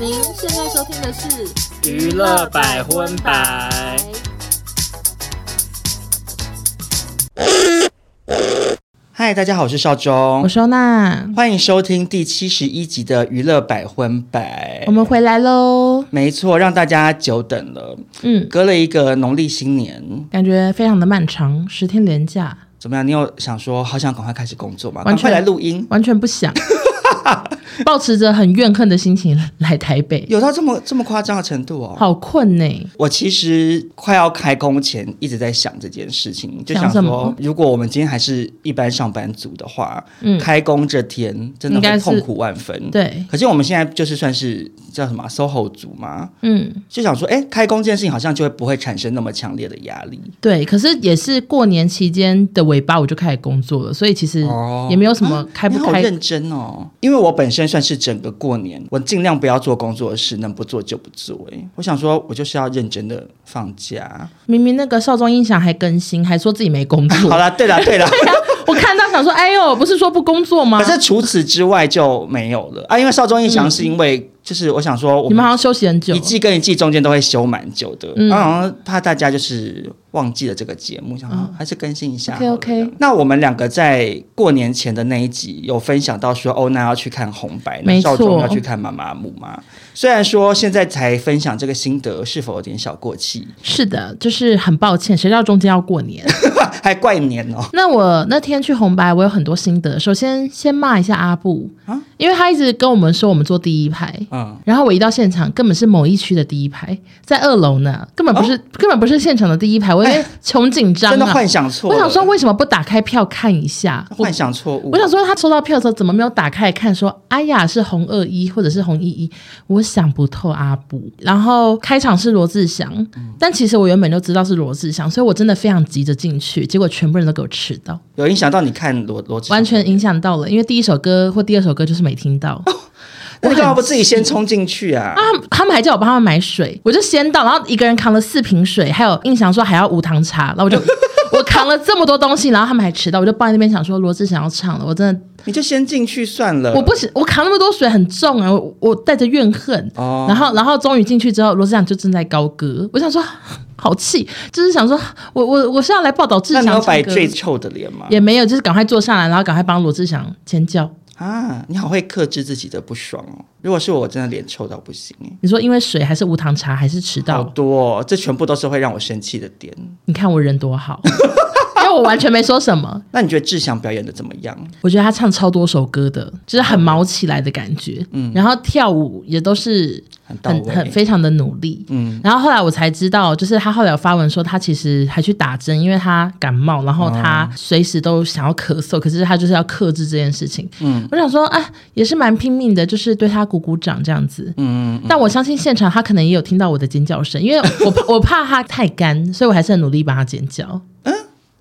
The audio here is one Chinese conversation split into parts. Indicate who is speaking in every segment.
Speaker 1: 您现在收听的是《
Speaker 2: 娱乐百分百》。
Speaker 3: 嗨，大家好，我是邵忠
Speaker 1: 我，收纳，
Speaker 3: 欢迎收听第七十一集的娱乐百分百
Speaker 1: 我。们回来喽。
Speaker 3: 没错，让大家久等了，
Speaker 1: 嗯，
Speaker 3: 隔了一个农历新年，
Speaker 1: 感觉非常的漫长，十天连假，
Speaker 3: 怎么样？你有想说好想赶快开始工作吗？
Speaker 1: 完
Speaker 3: 赶
Speaker 1: 全
Speaker 3: 快来录音，
Speaker 1: 完全不想， 保持着很怨恨的心情来台北，
Speaker 3: 有到这么这么夸张的程度哦？
Speaker 1: 好困呢、
Speaker 3: 我其实快要开工前一直在想这件事情，就
Speaker 1: 想
Speaker 3: 想
Speaker 1: 什
Speaker 3: 说
Speaker 1: 么，
Speaker 3: 如果我们今天还是一般上班族的话，
Speaker 1: 嗯
Speaker 3: 开工这天真的
Speaker 1: 应该
Speaker 3: 会
Speaker 1: 是
Speaker 3: 痛苦万分。，
Speaker 1: 对，
Speaker 3: 可是我们现在就是算是叫什么啊 SOHO 族吗？
Speaker 1: 嗯，
Speaker 3: 就想说，哎、开工这件事情好像就会不会产生那么强烈的压力。
Speaker 1: 对。可是也是过年期间的尾巴，我就开始工作了，所以其实
Speaker 3: 哦
Speaker 1: 也没有什么开不
Speaker 3: 你好
Speaker 1: 开。
Speaker 3: 认真哦，因为我本身算是整个过年，我尽量不要做工作的事，能不做就不做、哎，我想说，我就是要认真的放 假。
Speaker 1: 明明那个少中音响还更新，还说自己没工 作
Speaker 3: 好。啦，对啦，对 啦。
Speaker 1: 我看到想说，哎呦，不是说不工作吗
Speaker 3: 可？是除此之外就没有了啊，因为少中印象是因为就是我想说，我
Speaker 1: 嗯你们好
Speaker 3: 们
Speaker 1: 像休息很久
Speaker 3: 一，季跟一季中间都会休蛮久的，
Speaker 1: 嗯
Speaker 3: 嗯，好像怕大家就是忘记了这个节目，
Speaker 1: 嗯
Speaker 3: 想说哦还是更新一下好了。
Speaker 1: OK，OK
Speaker 3: 这样那我们两个在过年前的那一集有分享到说，欧娜要去看红白，那
Speaker 1: 没错
Speaker 3: 少总要去看妈妈木嘛。虽然说现在才分享这个心得，是否有点小过气，
Speaker 1: 是的，就是很抱歉，谁叫中间要过年？
Speaker 3: 还怪年哦。
Speaker 1: 那我那天去红白，我有很多心得。首先，先骂一下阿布
Speaker 3: 啊，
Speaker 1: 因为他一直跟我们说我们坐第一排，
Speaker 3: 嗯，
Speaker 1: 然后我一到现场，根本是某一区的第一排，在二楼呢，根本不是，根本不是现场的第一排，我有点穷紧张
Speaker 3: 啊哎真的
Speaker 1: 啊
Speaker 3: 幻。想错
Speaker 1: 我
Speaker 3: 了。
Speaker 1: 想说，为什么不打开票看一下？我
Speaker 3: 幻想错误。
Speaker 1: 我想说，他抽到票的时候怎么没有打开来看说哎呀是红二一或者是红一一？我想不透阿布。然后开场是罗志祥，但其实我原本就知道是罗志祥，所以我真的非常急着进去，结果全部人都给我迟到，
Speaker 3: 有影响到你看罗罗志祥
Speaker 1: 完全影响到了，因为第一首歌或第二首歌就是没听到。
Speaker 3: 那你干嘛
Speaker 1: 我很
Speaker 3: 不自己先冲进去啊？
Speaker 1: 他们他们还叫我帮他们买水，我就先到，然后一个人扛了四瓶水，还有印象说还要无糖茶，然后我就我扛了这么多东西，然后他们还迟到，我就抱在那边想说罗志祥要唱了，我真的
Speaker 3: 你就先进去算了。
Speaker 1: 我不行，我扛那么多水很重啊，我我带着怨恨。
Speaker 3: 哦
Speaker 1: 然后，然后终于进去之后，罗志祥就正在高歌，我想说好气，就是想说我我我是要来报道志
Speaker 3: 那
Speaker 1: 祥
Speaker 3: 你有
Speaker 1: 唱
Speaker 3: 摆
Speaker 1: 歌
Speaker 3: 最臭的脸吗？
Speaker 1: 也没有，就是赶快坐下来，然后赶快帮罗志祥尖叫。
Speaker 3: 啊，你好会克制自己的不爽哦。如果是我，我真的脸臭到不行耶，
Speaker 1: 你说因为水还是无糖茶还是迟
Speaker 3: 好
Speaker 1: 到？
Speaker 3: 多、哦，这全部都是会让我生气的点。
Speaker 1: 你看我人多好， 因为我完全没说什么。
Speaker 3: 那你觉得志祥表演的怎么样？
Speaker 1: 我觉得他唱超多首歌的，就是很毛起来的感觉，嗯，然后跳舞也都是
Speaker 3: 很到
Speaker 1: 很
Speaker 3: 位，
Speaker 1: 很非常的努力，嗯，然后后来我才知道，就是他后来有发文说他其实还去打针，因为他感冒，然后他随时都想要咳嗽，可是他就是要克制这件事情，嗯，我想说啊，也是蛮拼命的，就是对他鼓鼓掌这样子，嗯，但我相信现场他可能也有听到我的尖叫声，因为我 我怕他太干，所以我还是很努力帮他尖叫，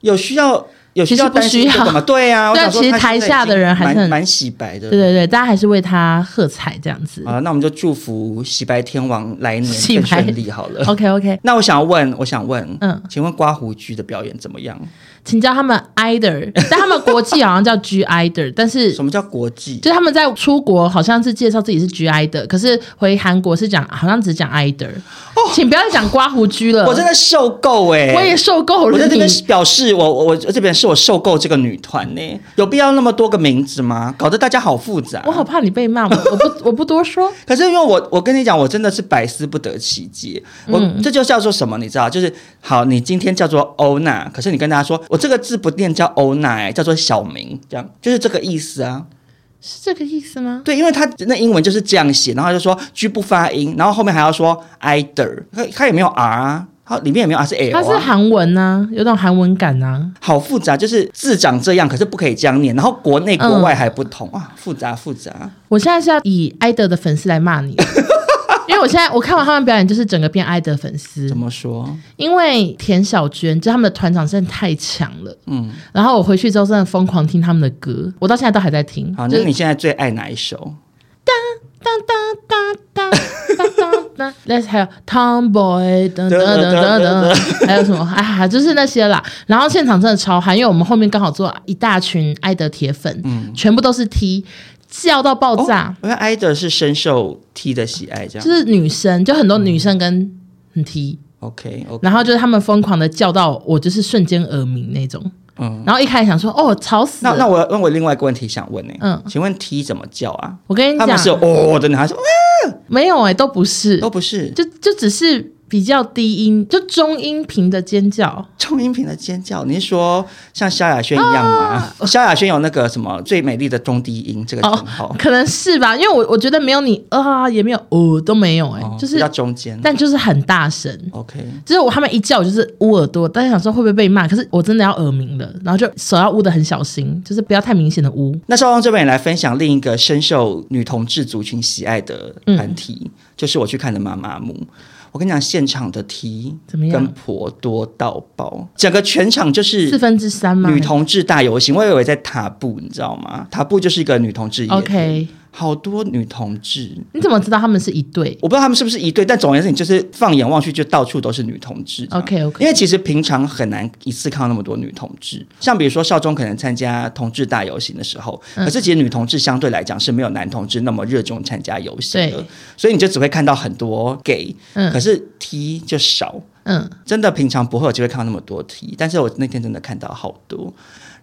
Speaker 3: 有需要有需
Speaker 1: 其实
Speaker 3: 要
Speaker 1: 不
Speaker 3: 担心
Speaker 1: 需要
Speaker 3: 这个吗？对啊，我
Speaker 1: 对啊
Speaker 3: 想说
Speaker 1: 其实
Speaker 3: 他现
Speaker 1: 台
Speaker 3: 在
Speaker 1: 下
Speaker 3: 已
Speaker 1: 的
Speaker 3: 经
Speaker 1: 人还是
Speaker 3: 蛮
Speaker 1: 很
Speaker 3: 蛮洗白的。
Speaker 1: 对对对，大家还是为他喝彩这样子，
Speaker 3: 啊，那我们就祝福洗白天王来年
Speaker 1: 洗
Speaker 3: 更
Speaker 1: 白
Speaker 3: 顺利好了。
Speaker 1: OK OK，
Speaker 3: 那我想要问，我想问，
Speaker 1: 嗯
Speaker 3: 嗯，请问刮胡须的表演怎么样？
Speaker 1: 请叫他们 either，但他们国际好像叫 G either，但是
Speaker 3: 什么叫国际？
Speaker 1: 就是他们在出国好像是介绍自己是 G I 的，可是回韩国是讲好像只讲 either，、请不要再讲刮胡须
Speaker 3: 哦
Speaker 1: 了，
Speaker 3: 我真的受够哎、
Speaker 1: 我也受够
Speaker 3: 我
Speaker 1: 了
Speaker 3: 在这
Speaker 1: 你
Speaker 3: 边。 表示我，我我这边是我受够这个女团呢、有必要那么多个名字吗？搞得大家好复杂。
Speaker 1: 我好怕你被骂，我我不我不多说。
Speaker 3: 可是因为我我跟你讲，我真的是百思不得其解。我、
Speaker 1: 嗯
Speaker 3: 这就叫做什么？你知道？就是好，你今天叫做欧娜，可是你跟大家说，我这个字不念叫欧娜、欸，叫做小明，这样就是这个意思啊。
Speaker 1: 是这个意思吗？
Speaker 3: 对，因为他那英文就是这样写，然后他就说 G 不发音，然后后面还要说 either，他他也没有 R 啊，他里面也没有 R 是 L
Speaker 1: 它
Speaker 3: 啊。
Speaker 1: 是韩文呐、有种韩文感啊呐、
Speaker 3: 好复杂，就是字长这样，可是不可以这样念，然后国内国外还不
Speaker 1: 嗯
Speaker 3: 同、哇，复杂复杂。
Speaker 1: 我现在是要以 either 的粉丝来 骂你，因为我现在我看完他们表演，就是整个变 either 粉丝
Speaker 3: 怎。么说？
Speaker 1: 因为田小娟，就他们的团长真的太强了，嗯
Speaker 3: 嗯。
Speaker 1: 然后我回去之后真的疯狂听他们的歌，我到现在都还在听。
Speaker 3: 好，
Speaker 1: 就
Speaker 3: 那
Speaker 1: 是
Speaker 3: 你现在最爱哪一首？
Speaker 1: 哒哒哒哒哒哒，那还有 Tomboy 等等等等等，还有什么啊？就是那些啦。然后现场真的超嗨，因为我们后面刚好坐一大群爱的铁粉，全部都是 T。叫到爆炸，
Speaker 3: 哦，因为挨着是深受 T 的喜爱，这样
Speaker 1: 就是女生，就很多女生跟很 T，、
Speaker 3: OK OK，
Speaker 1: 然后就是他们疯狂的叫到我，就是瞬间耳鸣那种。
Speaker 3: 嗯，
Speaker 1: 然后一开始想说，哦，吵死
Speaker 3: 那
Speaker 1: 了。
Speaker 3: 那我那我另外一个问题想问呢、
Speaker 1: 嗯
Speaker 3: 请问 T 怎么叫啊？
Speaker 1: 我跟你
Speaker 3: 他
Speaker 1: 讲
Speaker 3: 们，是哦的呢，还是、嗯
Speaker 1: 没有哎、都不是，
Speaker 3: 都不是？
Speaker 1: 就就只是比较低音，就中音频的尖叫。
Speaker 3: 重音频的尖叫，你是说像萧亚轩一样吗？萧亚轩有那个什么最美丽的中低音这个称号，
Speaker 1: 啊哦， 可能是吧，因为我我觉得没有你啊，也没有哦，都没有哎、
Speaker 3: 哦
Speaker 1: 就
Speaker 3: 比
Speaker 1: 是
Speaker 3: 较中间。
Speaker 1: 但就是很大声。
Speaker 3: OK，
Speaker 1: 就是我他们一叫，我就是捂耳朵，但是想说会不会被骂，可是我真的要耳鸣了，然后就手要捂得很小心，就是不要太明显的捂。
Speaker 3: 那少龙这边也来分享另一个深受女同志族群喜爱的团体，
Speaker 1: 嗯
Speaker 3: 就是我去看的妈妈木。我跟你讲，现场的 T
Speaker 1: 怎么样
Speaker 3: 跟婆多到爆，整个全场就是
Speaker 1: 四分之三吗？
Speaker 3: 女同志大游行，我以为在塔布，你知道吗？塔布就是一个女同志夜店
Speaker 1: OK，
Speaker 3: 好多女同志，
Speaker 1: 你怎么知道他们是一对？
Speaker 3: 我不知道她们是不是一对，但总而言之，你就是放眼望去，就到处都是女同志。
Speaker 1: OK，OK
Speaker 3: 因为其实平常很难一次看到那么多女同志，像比如说少中可能参加同志大游行的时候，
Speaker 1: 嗯
Speaker 3: 可是其实女同志相对来讲是没有男同志那么热衷参加游行的
Speaker 1: 对，
Speaker 3: 所以你就只会看到很多 gay，、
Speaker 1: 嗯
Speaker 3: 可是 T 就少。
Speaker 1: 嗯，
Speaker 3: 真的平常不会有机会看到那么多题，但是我那天真的看到好多。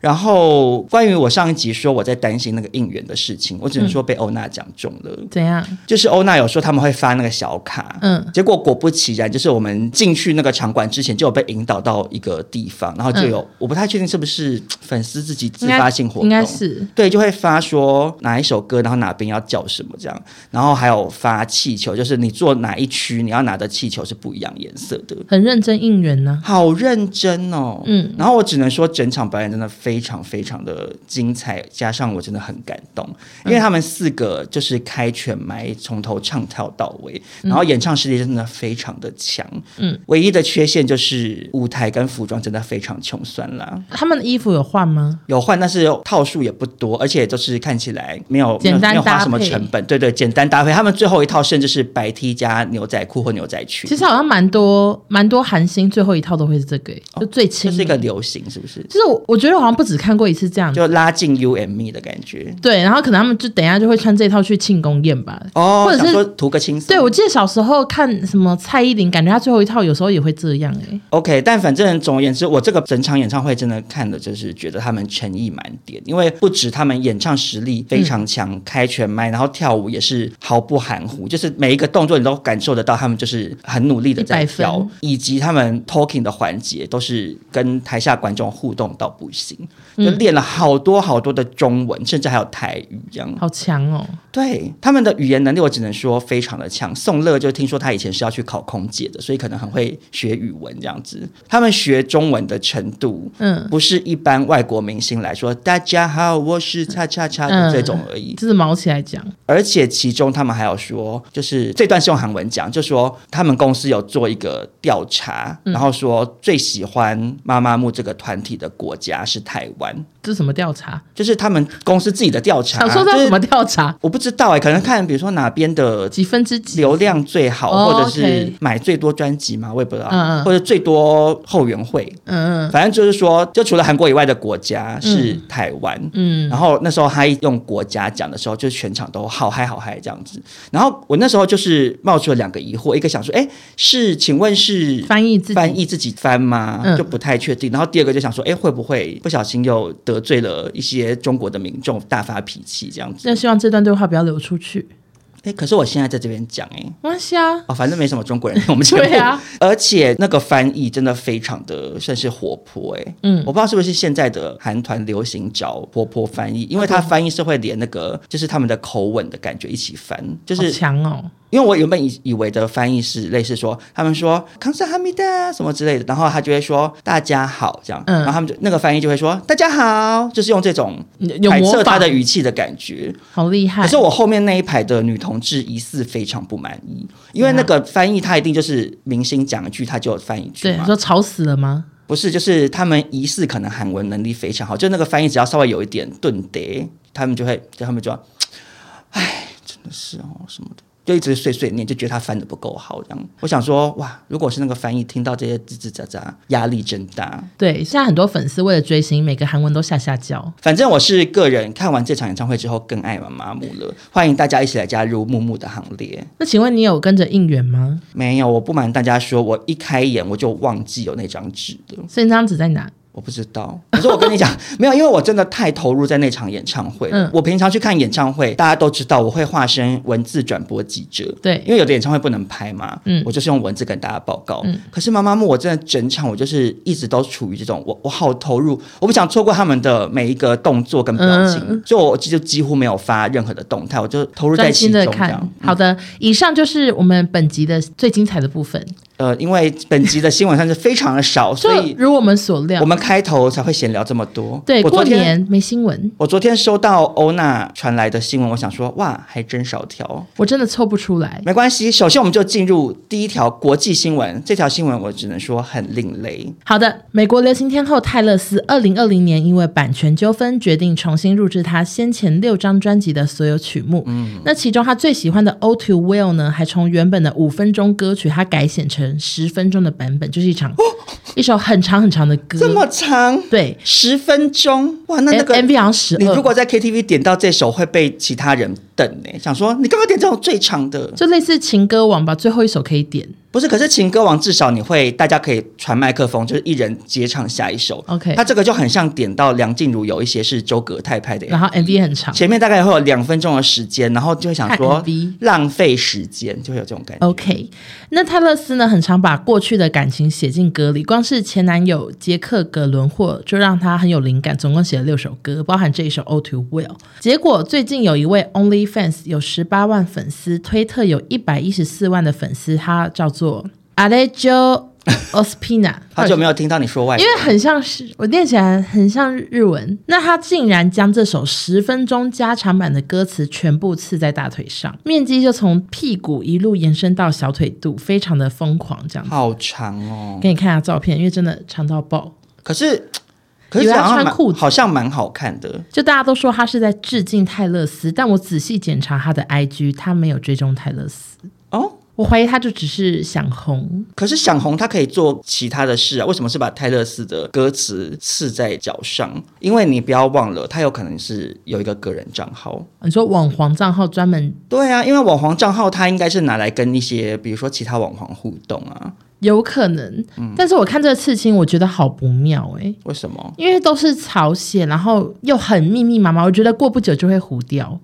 Speaker 3: 然后关于我上一集说我在担心那个应援的事情，我
Speaker 1: 嗯
Speaker 3: 只能说被欧娜讲中了。
Speaker 1: 怎样？
Speaker 3: 就是欧娜有说他们会发那个小卡，
Speaker 1: 嗯
Speaker 3: 结果果不其然，就是我们进去那个场馆之前就有被引导到一个地方，然后就有、我不太确定是不是粉丝自己自
Speaker 1: 嗯应该
Speaker 3: 发性活动，
Speaker 1: 应该是
Speaker 3: 对，就会发说哪一首歌，然后哪边要叫什么这样，然后还有发气球，就是你坐哪一区，你要拿的气球是不一样颜色的。
Speaker 1: 很认真应援呢、
Speaker 3: 好认真哦，
Speaker 1: 嗯
Speaker 3: 然后我只能说整场表演真的非常非常的精彩，加上我真的很感动，因为他们四个就是开全麦，从头唱跳到尾，然后演唱实力真的非常的强，
Speaker 1: 嗯，
Speaker 3: 唯一的缺陷就是舞台跟服装真的非常穷酸啦，
Speaker 1: 他们的衣服有换吗？
Speaker 3: 有换，但是套数也不多，而且就是看起来没有没有
Speaker 1: 简单
Speaker 3: 没有花
Speaker 1: 搭
Speaker 3: 什么
Speaker 1: 配
Speaker 3: 成本，对对，简单搭配，他们最后一套甚至是白 T 加牛仔裤或牛仔裙
Speaker 1: 其，实好像蛮多蛮多韩星最后一套都会是这个、欸，就最轻
Speaker 3: 哦这
Speaker 1: 的。
Speaker 3: 是一个流行是不是？
Speaker 1: 就是我我觉得我好像不止看过一次这样。
Speaker 3: 就拉近 U M E 的感觉。
Speaker 1: 对，然后可能他们就等一下就会穿这套去庆功宴吧。
Speaker 3: 哦，
Speaker 1: 或者是
Speaker 3: 想说图个轻松。
Speaker 1: 对，我记得小时候看什么蔡依林，感觉她最后一套有时候也会这样哎、
Speaker 3: OK，但反正总而言之，我这个整场演唱会真的看的就是觉得他们诚意满点，因为不止他们演唱实力非常强，开全麦，然后跳舞也是毫不含糊，就是每一个动作你都感受得到他们就是很努力的在
Speaker 1: 100
Speaker 3: 跳
Speaker 1: 分，
Speaker 3: 以及他们 talking 的环节都是跟台下观众互动到不行，就练了好多好多的中文，甚至还有台语这样。
Speaker 1: 好强哦、
Speaker 3: 对他们的语言能力，我只能说非常的强。宋乐就听说他以前是要去考空姐的，所以可能很会学语文这样子。他们学中文的程度，
Speaker 1: 嗯，
Speaker 3: 不是一般外国明星来说“大家好，我是叉叉叉”的
Speaker 1: 嗯
Speaker 3: 这种而已。
Speaker 1: 就是毛起来讲，
Speaker 3: 而且其中他们还有说，就是这段是用韩文讲，就说他们公司有做一个调查，然后说最喜欢妈妈木这个团体的国家是台湾，
Speaker 1: 这是什么调查？
Speaker 3: 就是他们公司自己的调查。
Speaker 1: 想说这
Speaker 3: 就是
Speaker 1: 什么调查？
Speaker 3: 我不知道哎、可能看比如说哪边的
Speaker 1: 几分之几？
Speaker 3: 流量最好，
Speaker 1: 哦
Speaker 3: 或者是
Speaker 1: OK
Speaker 3: 买最多专辑嘛，我也不知道，
Speaker 1: 嗯嗯
Speaker 3: 或者最多后援会，
Speaker 1: 嗯嗯
Speaker 3: 反正就是说，就除了韩国以外的国家是台湾。
Speaker 1: 嗯，
Speaker 3: 然后那时候他一用国家讲的时候，就全场都好嗨好嗨这样子。然后我那时候就是冒出了两个疑惑，一个想说，哎，是请问是
Speaker 1: 翻译自己
Speaker 3: 翻译自己翻吗？
Speaker 1: 嗯
Speaker 3: 就不太确定。然后第二个就想说，哎，会不会不小心又得罪了一些中国的民众，大发脾气这样子？
Speaker 1: 那希望这段对话不要流出去。
Speaker 3: 哎，可是我现在在这边讲，哎，
Speaker 1: 没关系啊，
Speaker 3: 哦，反正没什么中国人， 我们节目
Speaker 1: 对啊。
Speaker 3: 而且那个翻译真的非常的算是活泼哎、
Speaker 1: 嗯
Speaker 3: 我不知道是不是现在的韩团流行找活泼翻译，因为他
Speaker 1: 哦
Speaker 3: 翻译是会连那个就是他们的口吻的感觉一起翻，就
Speaker 1: 好
Speaker 3: 是
Speaker 1: 强哦、
Speaker 3: 因为我原本以以为的翻译是类似说他们说康萨哈密达什么之类的，然后他就会说大家好这样，
Speaker 1: 嗯
Speaker 3: 然后他们就那个翻译就会说大家好，就是用这种
Speaker 1: 有有
Speaker 3: 嗯揣
Speaker 1: 模
Speaker 3: 测他
Speaker 1: 仿
Speaker 3: 的语气的感觉。
Speaker 1: 好厉害
Speaker 3: 可是。我后面那一排的女同志疑似非常不满意，因为那个翻译他一定就是明星讲一句他就翻一句
Speaker 1: 对，
Speaker 3: 嘛，
Speaker 1: 说吵死了吗？
Speaker 3: 不是就是他们疑似可能韩文能力非常好，就那个翻译只要稍微有一点顿得，他们就会就他们就要，唉，真的是哦什么的。就一直碎碎念，就觉得他翻的不够好。这样，我想说，哇，如果是那个翻译听到这些吱吱喳喳，压力真大。
Speaker 1: 对，现在很多粉丝为了追星，每个韩文都下下叫。
Speaker 3: 反正我是个人看完这场演唱会之后更爱妈妈木了，欢迎大家一起来加入木木的行列。
Speaker 1: 那请问你有跟着应援吗？
Speaker 3: 没有，我不瞒大家说，我一开演我就忘记有那张纸了。
Speaker 1: 所以那张纸在哪？
Speaker 3: 我不知道，可是我跟你讲， 没有，因为我真的太投入在那场演唱会。
Speaker 1: 嗯
Speaker 3: 我平常去看演唱会，大家都知道我会化身文字转播记者，
Speaker 1: 对，
Speaker 3: 因为有的演唱会不能拍嘛，
Speaker 1: 嗯
Speaker 3: 我就是用文字跟大家报告。
Speaker 1: 嗯
Speaker 3: 可是妈妈木，我真的整场我就是一直都处于这种我我好投入，我不想错过他们的每一个动作跟表情，
Speaker 1: 嗯
Speaker 3: 所以我就几乎没有发任何的动态，我就投入在
Speaker 1: 专
Speaker 3: 其
Speaker 1: 心
Speaker 3: 中
Speaker 1: 的
Speaker 3: 这
Speaker 1: 看
Speaker 3: 样。。嗯
Speaker 1: 好的，以上就是我们本集的最精彩的部分，
Speaker 3: 呃，因为本集的新闻算是非常的少，
Speaker 1: 就
Speaker 3: 所以
Speaker 1: 如我们所料
Speaker 3: 我。们开头才会闲聊这么多。
Speaker 1: 对，
Speaker 3: 我
Speaker 1: 过
Speaker 3: 昨天。
Speaker 1: 年没新闻，
Speaker 3: 我昨天收到欧娜传来的新闻，我想说，哇，还真少条。
Speaker 1: 我真的凑不出来。
Speaker 3: 没关系，首先我们就进入第一条国际新闻。这条新闻我只能说很另类。
Speaker 1: 好的，美国流行天后泰勒斯，二零二零年因为版权纠纷，决定重新录制她先前六张专辑的所有曲目。嗯，那其中她最喜欢的《O to Will》呢，还从原本的五分钟歌曲，她改写成十分钟的版本，就是一场、一首很长很长的歌。
Speaker 3: 哦这么长，
Speaker 1: 对
Speaker 3: 十分钟，哇，那那个
Speaker 1: M-，MV 好像十
Speaker 3: 你如
Speaker 1: 二，
Speaker 3: 果在 KTV 点到这首，会被其他人瞪呢、想说你干嘛点这种最长的？
Speaker 1: 就类似情歌王吧，最后一首可以点。
Speaker 3: 不是，可是情歌王至少你会，大家可以传麦克风，就是一人接唱下一首。
Speaker 1: OK
Speaker 3: 他这个就很像点到梁静茹有一些是周格泰拍 的，
Speaker 1: 然后 MV 很长。
Speaker 3: 前面大概会有两分钟的时间，然后就会想
Speaker 1: 看哦
Speaker 3: 说
Speaker 1: MV
Speaker 3: 浪费时间，就会有这种感觉。
Speaker 1: OK，那泰勒斯呢，很常把过去的感情写进歌里，光是前男友杰克·葛伦霍就让他很有灵感，总共写了六首歌，包含这一首《O to Will》。结果最近有一位 OnlyFans 有十八万粉丝，推特有一百一十四万的粉丝，他叫做 Alejo Ospina，
Speaker 3: 好久没有听到你说外
Speaker 1: 因
Speaker 3: 国，
Speaker 1: 为很像是我念起来很像日文，那他竟然将这首十分钟加长版的歌词全部刺在大腿上，面积就从屁股一路延伸到小腿肚，非常的疯狂这样子。
Speaker 3: 好长哦。
Speaker 1: 给你看一下照片，因为真的长到爆，
Speaker 3: 可是，可是
Speaker 1: 以为他
Speaker 3: 好像
Speaker 1: 穿
Speaker 3: 蛮
Speaker 1: 裤子
Speaker 3: 好像蛮好看的。
Speaker 1: 就大家都说他是在致敬泰勒斯，但我仔细检查他的 IG，他没有追踪泰勒斯，
Speaker 3: 哦，
Speaker 1: 我怀疑他就只是想红。
Speaker 3: 可是想红，他可以做其他的事啊。为什么是把泰勒斯的歌词刺在脚上？因为你不要忘了，他有可能是有一个个人账号。
Speaker 1: 你说网黄账号专门
Speaker 3: 对啊，因为网红账号他应该是拿来跟一些，比如说其他网红互动啊。
Speaker 1: 有可能，但是我看这个刺青，我觉得好不妙哎、
Speaker 3: 为什么？
Speaker 1: 因为都是草写，然后又很密密麻麻，我觉得过不久就会糊 掉。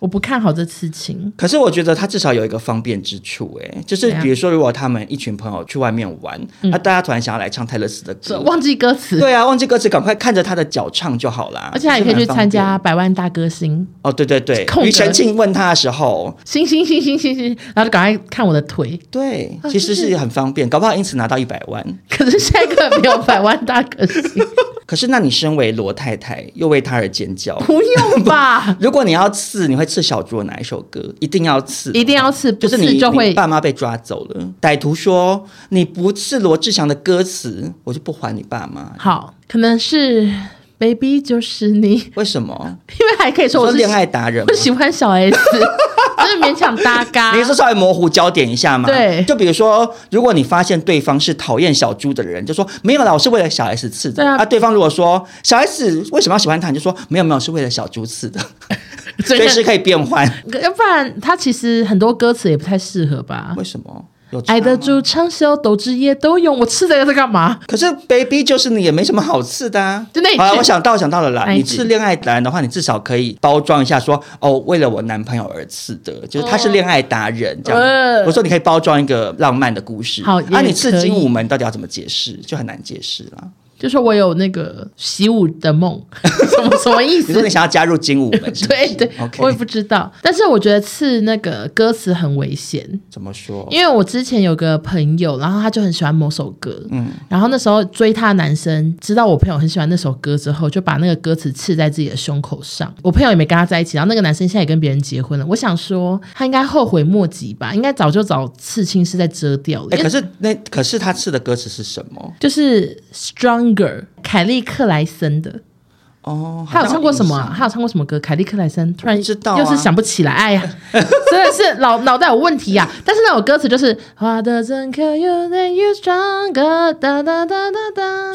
Speaker 1: 我不看好这刺青，
Speaker 3: 可是我觉得他至少有一个方便之处、欸，就是
Speaker 1: 怎样嗯
Speaker 3: 比如说，如果他们一群朋友去外面玩，那、大家突然想要来唱泰勒斯的
Speaker 1: 这
Speaker 3: 歌，
Speaker 1: 忘记歌词，
Speaker 3: 对啊，忘记歌词，赶快看着他的脚唱就好啦。
Speaker 1: 而且还可以去
Speaker 3: 就是蛮
Speaker 1: 参
Speaker 3: 方便
Speaker 1: 加百万大歌星，
Speaker 3: 哦，对对对
Speaker 1: 空，格
Speaker 3: 庾澄庆问他的时候，
Speaker 1: 行行行行行行，然后就赶快看我的腿。
Speaker 3: 对
Speaker 1: 啊，
Speaker 3: 其实
Speaker 1: 就是
Speaker 3: 是很方便，搞不好因此拿到一百万。
Speaker 1: 可是下一个没有百万大 歌星，
Speaker 3: 可是，那你身为罗太太，又为他而尖叫。
Speaker 1: 不用吧？
Speaker 3: 如果你要刺，你会刺小猪的哪一首歌？一定要刺，
Speaker 1: 一定要刺，不
Speaker 3: 就是
Speaker 1: 刺
Speaker 3: 你
Speaker 1: 就
Speaker 3: 你
Speaker 1: 会。
Speaker 3: 爸妈被抓走了。歹徒说你不刺罗志祥的歌词，我就不还你爸妈。
Speaker 1: 好，可能是 baby 就是你， 因
Speaker 3: 为什么？
Speaker 1: 为还可以说
Speaker 3: 我
Speaker 1: 我
Speaker 3: 是
Speaker 1: 是
Speaker 3: 恋爱达人吗
Speaker 1: 我？喜欢小 S，就是勉强搭嘎。
Speaker 3: 你是稍微模糊焦点一下嘛？
Speaker 1: 对
Speaker 3: 就比如说，如果你发现对方是讨厌小猪的人，就说没有啦，我是为了小 S 刺的。
Speaker 1: 对啊
Speaker 3: 对方如果说小 S 为什么要喜欢他，你就说没有没有，是为了小猪刺 的，随时可以变换。
Speaker 1: 要不然他其实很多歌词也不太适合吧
Speaker 3: 为。什么？有差吗
Speaker 1: 爱的主长袖，斗志也都用。我吃这个在干嘛？
Speaker 3: 可是 baby 就是你也没什么好刺的啊。
Speaker 1: 就那一句
Speaker 3: 好了，我想到想到了啦。
Speaker 1: 那一
Speaker 3: 你
Speaker 1: 句
Speaker 3: 刺恋爱达人的话，你至少可以包装一下说，哦，为了我男朋友而刺的，就是
Speaker 1: 哦
Speaker 3: 他是恋爱达人、这
Speaker 1: 呃
Speaker 3: 样。我说你可以包装一个浪漫的故事。
Speaker 1: 好
Speaker 3: 啊，
Speaker 1: 也
Speaker 3: 你刺
Speaker 1: 可以
Speaker 3: 精武门到底要怎么解释，就很难解释啦。
Speaker 1: 就说我有那个习武的梦， 什么什么意
Speaker 3: 你说
Speaker 1: 思
Speaker 3: 你？想要加入精武门是不
Speaker 1: 对
Speaker 3: 是？
Speaker 1: 对
Speaker 3: o k
Speaker 1: 我也不知道。但是我觉得刺那个歌词很危险，
Speaker 3: 怎么说？
Speaker 1: 因为我之前有个朋友，然后他就很喜欢某首歌，
Speaker 3: 嗯
Speaker 1: 然后那时候追他的男生知道我朋友很喜欢那首歌之后，就把那个歌词刺在自己的胸口上。我朋友也没跟他在一起，然后那个男生现在也跟别人结婚了。我想说他应该后悔莫及吧，应该早就找刺青师在遮掉了。
Speaker 3: 哎、
Speaker 1: 因为
Speaker 3: 可是那可是他刺的歌词是什么？
Speaker 1: 就是 Stronger 凯利克莱森的，
Speaker 3: 哦，
Speaker 1: 他有唱过什么、
Speaker 3: 好像
Speaker 1: 啊？
Speaker 3: 有印象
Speaker 1: 他有唱过什么歌？凯利克莱森突然
Speaker 3: 不知道啊
Speaker 1: 又是想不起来，哎呀， 真的是脑脑袋有问题呀、但是那首歌词就是“花的真可有 that you stronger”，哒哒哒哒哒。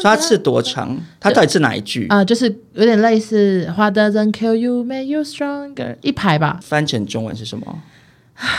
Speaker 3: 所以他是多长？他到底是哪一句？
Speaker 1: 啊、就是有点类似 “What doesn't kill you make you stronger” 一排吧。
Speaker 3: 翻成中文是什么？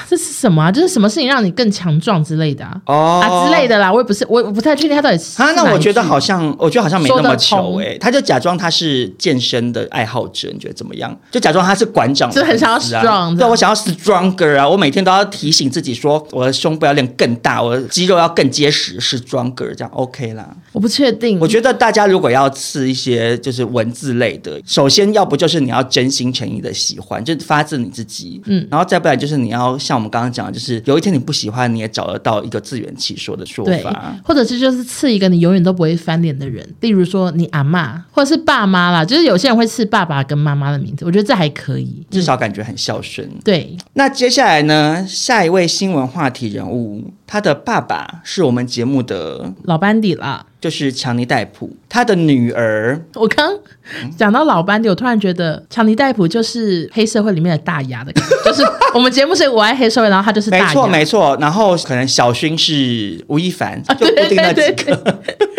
Speaker 1: 这是什么啊？就是什么事情让你更强壮之类的啊、
Speaker 3: 哦
Speaker 1: 啊之类的啦。我也不是，我我不太确定他到底是
Speaker 3: 啊，那
Speaker 1: 哪一
Speaker 3: 我觉得
Speaker 1: 句
Speaker 3: 好像，我觉得好像没那么
Speaker 1: 说
Speaker 3: 糗
Speaker 1: 得
Speaker 3: 哎、他就假装他是健身的爱好者，你觉得怎么样？就假装他是馆长、
Speaker 1: 就很想要 strong
Speaker 3: 啊对我想要 stronger 啊！我每天都要提醒自己说，我的胸部要练更大，我的肌肉要更结实，stronger 这样 OK 啦。
Speaker 1: 我不确定。
Speaker 3: 我觉得大家如果要刺一些就是文字类的，首先要不就是你要真心诚意的喜欢，就是发自你自己，嗯，然后再不然就是你要像我们刚刚讲的，就是有一天你不喜欢，你也找得到一个自圆其说的说
Speaker 1: 对
Speaker 3: 法。，
Speaker 1: 或者是就是刺一个你永远都不会翻脸的人，例如说你阿嬷或者是爸妈啦，就是有些人会刺爸爸跟妈妈的名字，我觉得这还可以。
Speaker 3: 至少感觉很孝顺。
Speaker 1: 对，
Speaker 3: 那接下来呢？下一位新闻话题人物，他的爸爸是我们节目的，
Speaker 1: 老班底啦。
Speaker 3: 就是强尼戴普，他的女儿
Speaker 1: 我刚讲到老班底，我突然觉得强尼戴普就是黑社会里面的大牙的感觉，就是我们节目是我爱黑社会，然后他就是大
Speaker 3: 没
Speaker 1: 牙，
Speaker 3: 错没错，然后可能小薰是吴亦凡，就固
Speaker 1: 啊对
Speaker 3: 定那
Speaker 1: 对
Speaker 3: 几个。
Speaker 1: 对对，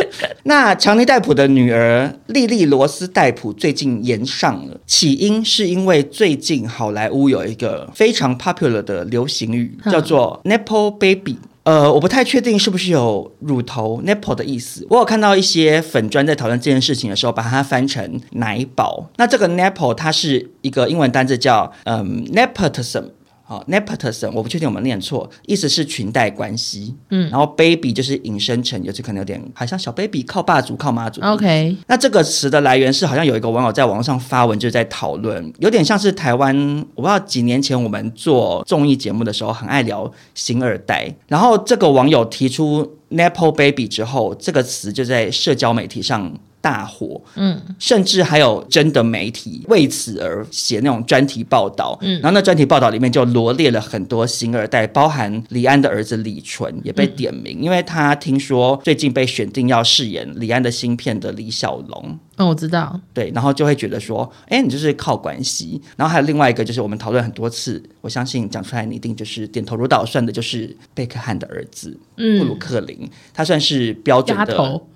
Speaker 3: 那强尼戴普的女儿莉莉罗斯戴普最近延上了，起因是因为最近好莱坞有一个非常 popular 的流行语
Speaker 1: 嗯
Speaker 3: 叫做 nipple baby。呃，我不太确定是不是有乳头 nipple 的意思。我有看到一些粉砖在讨论这件事情的时候，把它翻成奶宝。那这个 nipple 它是一个英文单字叫嗯 nepotism。好、n e p o t i s m 我不确定我们念错，意思是裙带关系。嗯，然后 baby 就是引申成，有时可能有点好像小 baby 靠爸族靠妈族。
Speaker 1: OK，
Speaker 3: 那这个词的来源是好像有一个网友在网上发文，就是在讨论，有点像是台湾，我不知道几年前我们做综艺节目的时候，很爱聊新二代，然后这个网友提出 Nepo Baby 之后，这个词就在社交媒体上。大火，嗯，甚至还有真的媒体为此而写那种专题报道，嗯，然后那专题报道里面就罗列了很多新二代，包含李安的儿子李纯也被点名，
Speaker 1: 嗯
Speaker 3: 因为他听说最近被选定要饰演李安的新片的李小龙。
Speaker 1: 嗯，我知道，
Speaker 3: 对，然后就会觉得说，哎，你就是靠关系。然后还有另外一个，就是我们讨论很多次，我相信讲出来你一定就是点头如捣蒜的，就是贝克汉的儿子布鲁
Speaker 1: 嗯，
Speaker 3: 克林，他算是标准
Speaker 1: 丫
Speaker 3: 的
Speaker 1: 头，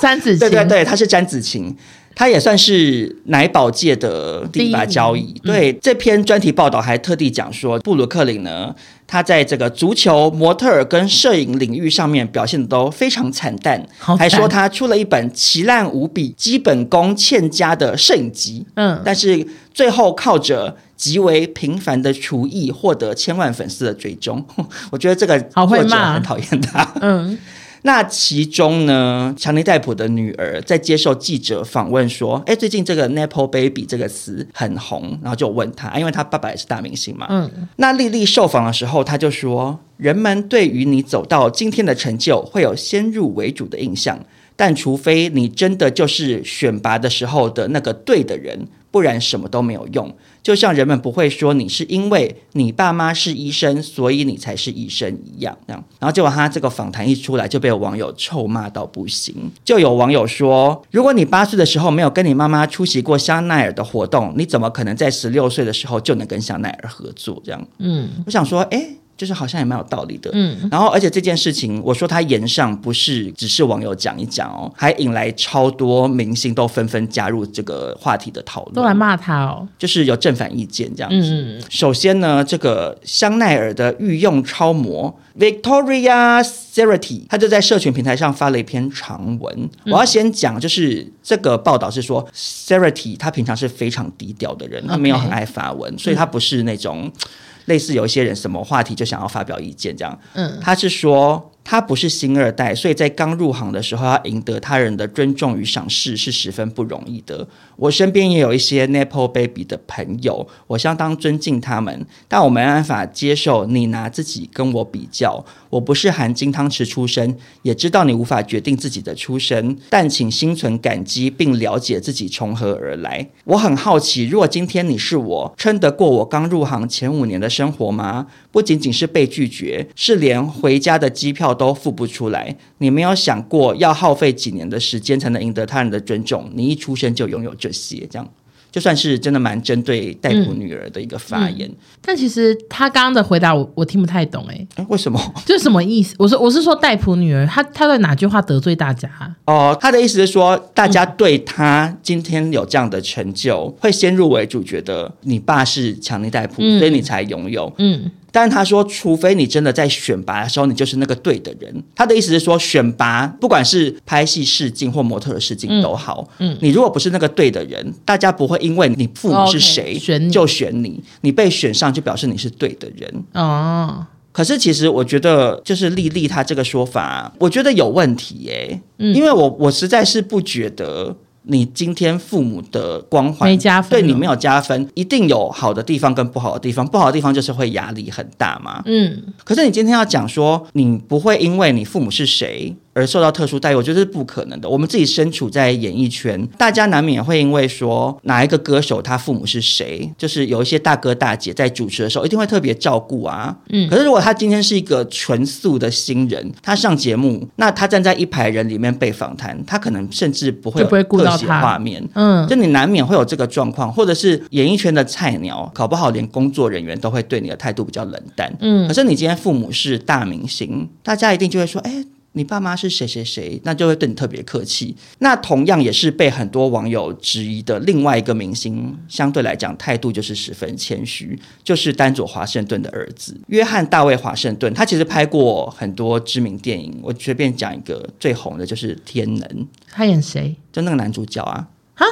Speaker 1: 詹子
Speaker 3: 对
Speaker 1: 晴，
Speaker 3: 对对，他是詹子晴，他也算是奶宝界的第一把交椅。
Speaker 1: 嗯
Speaker 3: 对，这篇专题报道还特地讲说，布鲁克林呢，他在这个足球、模特儿跟摄影领域上面表现的都非常惨淡，
Speaker 1: 好惨
Speaker 3: 还说他出了一本奇烂无比、基本功欠佳的摄影集，
Speaker 1: 嗯，
Speaker 3: 但是最后靠着。极为平凡的厨艺获得千万粉丝的追踪， 我觉得这个
Speaker 1: 好会
Speaker 3: 作者
Speaker 1: 骂
Speaker 3: 很讨厌他。
Speaker 1: 嗯，
Speaker 3: 那其中呢，强尼戴普的女儿在接受记者访问说：“哎，最近这个 Nepo Baby 这个词很红。”然后就问她，啊因为她爸爸也是大明星嘛。
Speaker 1: 嗯。
Speaker 3: 那莉莉受访的时候，她就说：“人们对于你走到今天的成就，会有先入为主的印象，但除非你真的就是选拔的时候的那个对的人，不然什么都没有用。”就像人们不会说你是因为你爸妈是医生，所以你才是医生一样，这样。然后结果他这个访谈一出来，就被网友臭骂到不行。就有网友说，如果你八岁的时候没有跟你妈妈出席过香奈儿的活动，你怎么可能在十六岁的时候就能跟香奈儿合作？这样，
Speaker 1: 嗯
Speaker 3: 我想说，诶，就是好像也蛮有道理的，
Speaker 1: 嗯，
Speaker 3: 然后，而且这件事情，我说他言上不是只是网友讲一讲哦，还引来超多明星都纷纷加入这个话题的讨论，
Speaker 1: 都来骂他哦，
Speaker 3: 就是有正反意见这样子。
Speaker 1: 嗯嗯
Speaker 3: 首先呢，这个香奈儿的御用超模 Victoria Serity，她就在社群平台上发了一篇长文。我
Speaker 1: 嗯
Speaker 3: 要先讲，就是这个报道是说 Serity 她平常是非常低调的人，她没有很爱发文，所以
Speaker 1: 嗯
Speaker 3: 她不是那种。类似有一些人什么话题就想要发表意见这样，
Speaker 1: 嗯，
Speaker 3: 他是说他不是新二代，所以在刚入行的时候要赢得他人的尊重与赏识是十分不容易的。我身边也有一些 Nepo Baby 的朋友，我相当尊敬他们，但我没办法接受你拿自己跟我比较。我不是含金汤匙出生，也知道你无法决定自己的出身，但请心存感激，并了解自己从何而来。我很好奇，如果今天你是我，撑得过我刚入行前五年的生活吗？不仅仅是被拒绝，是连回家的机票少都付不出来。你没有想过要耗费几年的时间才能赢得他人的尊重？你一出生就拥有这些，这样就算是真的蛮针对代哺女儿的一个发言。
Speaker 1: 但其实他刚刚的回答我我听不太懂、欸，
Speaker 3: 哎、为什么？
Speaker 1: 这是什么意思？我说我是说代普女儿，她她的哪句话得罪大家啊？
Speaker 3: 哦，他的意思是说，大家对他今天有这样的成就，会先入为主，觉得你爸是强尼戴普，
Speaker 1: 嗯
Speaker 3: 所以你才拥有。
Speaker 1: 嗯，
Speaker 3: 但是他说，除非你真的在选拔的时候，你就是那个对的人。他的意思是说，选拔不管是拍戏试镜或模特的试镜都好，
Speaker 1: 嗯嗯哦
Speaker 3: 你如果不是那个对的人，大家不会因为你父母是
Speaker 1: OK，
Speaker 3: 谁
Speaker 1: 选你
Speaker 3: 就选你，你被选上就表示你是对的人。
Speaker 1: 哦，
Speaker 3: 可是其实我觉得，就是丽丽她这个说法，我觉得有问题耶、
Speaker 1: 嗯
Speaker 3: 因为我我实在是不觉得。你今天父母的光环
Speaker 1: 没加分
Speaker 3: 对你
Speaker 1: 哦
Speaker 3: 没有加分，一定有好的地方跟不好的地方。不好的地方就是会压力很大嘛。
Speaker 1: 嗯，
Speaker 3: 可是你今天要讲说，你不会因为你父母是谁而受到特殊待遇，我觉得是不可能的。我们自己身处在演艺圈，大家难免会因为说哪一个歌手他父母是谁，就是有一些大哥大姐在主持的时候一定会特别照顾啊。
Speaker 1: 嗯
Speaker 3: 可是如果他今天是一个纯素的新人，他上节目，那他站在一排人里面被访谈，他可能甚至不会有
Speaker 1: 就不会顾到
Speaker 3: 特写
Speaker 1: 他
Speaker 3: 画面。
Speaker 1: 嗯
Speaker 3: 就你难免会有这个状况，或者是演艺圈的菜鸟，搞不好连工作人员都会对你的态度比较冷淡。
Speaker 1: 嗯
Speaker 3: 可是你今天父母是大明星，大家一定就会说，哎、你爸妈是谁谁谁，那就会对你特别客气。那同样也是被很多网友质疑的另外一个明星，相对来讲态度就是十分谦虚，就是丹佐华盛顿的儿子约翰大卫华盛顿。他其实拍过很多知名电影，我随便讲一个最红的就是《天能》，
Speaker 1: 他演谁？
Speaker 3: 就那个男主角啊，
Speaker 1: 哈，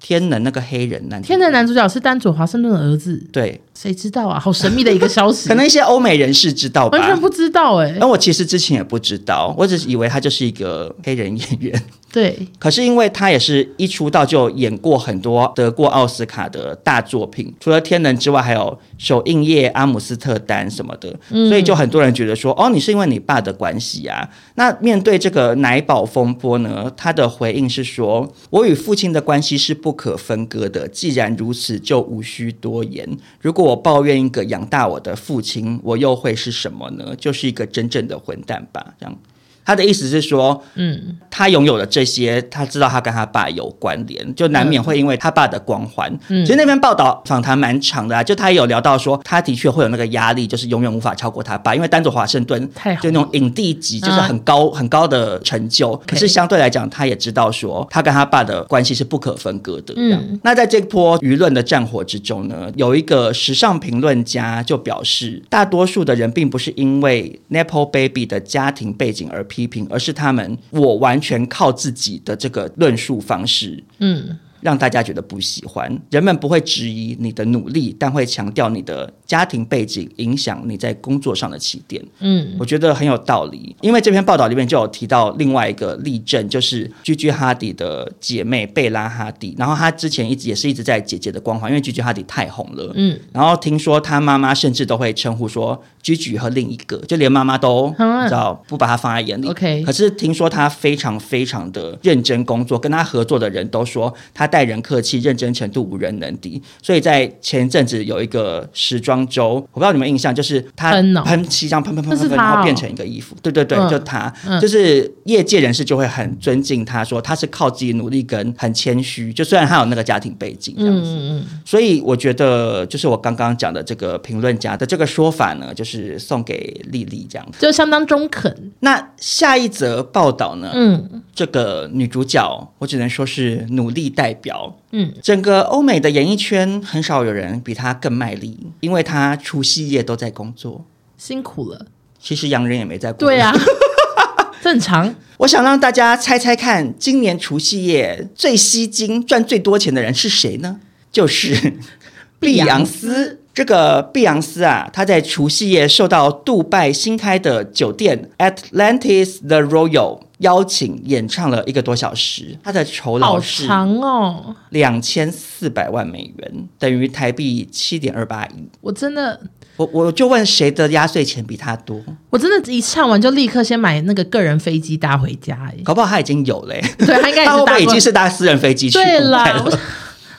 Speaker 3: 天能那个黑人男主角，
Speaker 1: 天的男主角是丹佐华盛顿的儿子，
Speaker 3: 对，
Speaker 1: 谁知道啊？好神秘的一个消 息，
Speaker 3: 可能一些欧美人士知道吧哦
Speaker 1: 完。全不知道哎、
Speaker 3: 那我其实之前也不知道，我只是以为他就是一个黑人演员。
Speaker 1: 对，
Speaker 3: 可是因为他也是一出道就演过很多得过奥斯卡的大作品，除了《天能》之外，还有《首映夜》《阿姆斯特丹》什么的，所以就很多人觉得说，哦，你是因为你爸的关系啊。那面对这个奶宝风波呢，他的回应是说，我与父亲的关系是不可分割的，既然如此，就无需多言。如果我抱怨一个养大我的父亲，我又会是什么呢？就是一个真正的混蛋吧，这样。他的意思是说，
Speaker 1: 嗯
Speaker 3: 他拥有的这些，他知道他跟他爸有关联，就难免会因为他爸的光环。
Speaker 1: 嗯
Speaker 3: 其实那篇报道访谈蛮长的啊，就他也有聊到说，他的确会有那个压力，就是永远无法超过他爸，因为丹佐华盛顿
Speaker 1: 太
Speaker 3: 就那种影帝级，就是很高、很高的成就。可是
Speaker 1: 嗯 OK
Speaker 3: 相对来讲，他也知道说，他跟他爸的关系是不可分割的。
Speaker 1: 嗯
Speaker 3: 嗯，那在这波舆论的战火之中呢，有一个时尚评论家就表示，大多数的人并不是因为 Nepo Baby 的家庭背景而批评，而是他们我完全靠自己的这个论述方式
Speaker 1: 嗯，
Speaker 3: 让大家觉得不喜欢。人们不会质疑你的努力，但会强调你的家庭背景影响你在工作上的起点。
Speaker 1: 嗯，
Speaker 3: 我觉得很有道理，因为这篇报道里面就有提到另外一个例证，就是居居哈迪的姐妹贝拉哈迪，然后她之前一直也是一直在姐姐的光环，因为居居哈迪太红了，
Speaker 1: 嗯，
Speaker 3: 然后听说她妈妈甚至都会称呼说居居和另一个，就连妈妈都
Speaker 1: 啊
Speaker 3: 你知道不把她放在眼里。
Speaker 1: OK
Speaker 3: 可是听说她非常非常的认真工作，跟她合作的人都说她待人客气，认真程度无人能敌。所以在前一阵子有一个时装周，我不知道你们有没有印象，就是她
Speaker 1: 喷哦
Speaker 3: 喷漆这样喷喷喷。
Speaker 1: 那是他哦
Speaker 3: 然后变成一个衣服，对对对，
Speaker 1: 嗯
Speaker 3: 就他，
Speaker 1: 嗯
Speaker 3: 就是业界人士就会很尊敬他，说他是靠自己努力跟很谦虚，就虽然他有那个家庭背景这样子，
Speaker 1: 嗯嗯
Speaker 3: 所以我觉得就是我刚刚讲的这个评论家的这个说法呢，就是送给丽丽这样
Speaker 1: 嗯，。就相当中肯，
Speaker 3: 那下一则报道呢，
Speaker 1: 嗯
Speaker 3: 这个女主角我只能说是努力代表，
Speaker 1: 嗯，
Speaker 3: 整个欧美的演艺圈很少有人比她更卖力，因为她除夕夜都在工作。
Speaker 1: 辛苦了，
Speaker 3: 其实洋人也没在过，
Speaker 1: 对啊，正常，
Speaker 3: 我想让大家猜猜看，今年除夕夜最吸睛、赚最多钱的人是谁呢？就是 碧昂斯。这个碧昂斯啊，她在除夕夜受到杜拜新开的酒店 Atlantis The Royal 邀请，演唱了一个多小时。她的酬劳
Speaker 1: 好
Speaker 3: 是
Speaker 1: 长哦，
Speaker 3: 两千四百万美元，等于台币七点二八亿。
Speaker 1: 我真的。
Speaker 3: 我我就问谁的压岁钱比她多？
Speaker 1: 我真的，一唱完就立刻先买那个个人飞机搭回家、欸，
Speaker 3: 搞不好她已经有嘞、
Speaker 1: 对他应该也
Speaker 3: 她
Speaker 1: 是
Speaker 3: 会不
Speaker 1: 搭
Speaker 3: 会已
Speaker 1: 过
Speaker 3: 经是搭私人飞机去
Speaker 1: 对
Speaker 3: 杜拜
Speaker 1: 啦，
Speaker 3: 了
Speaker 1: 我？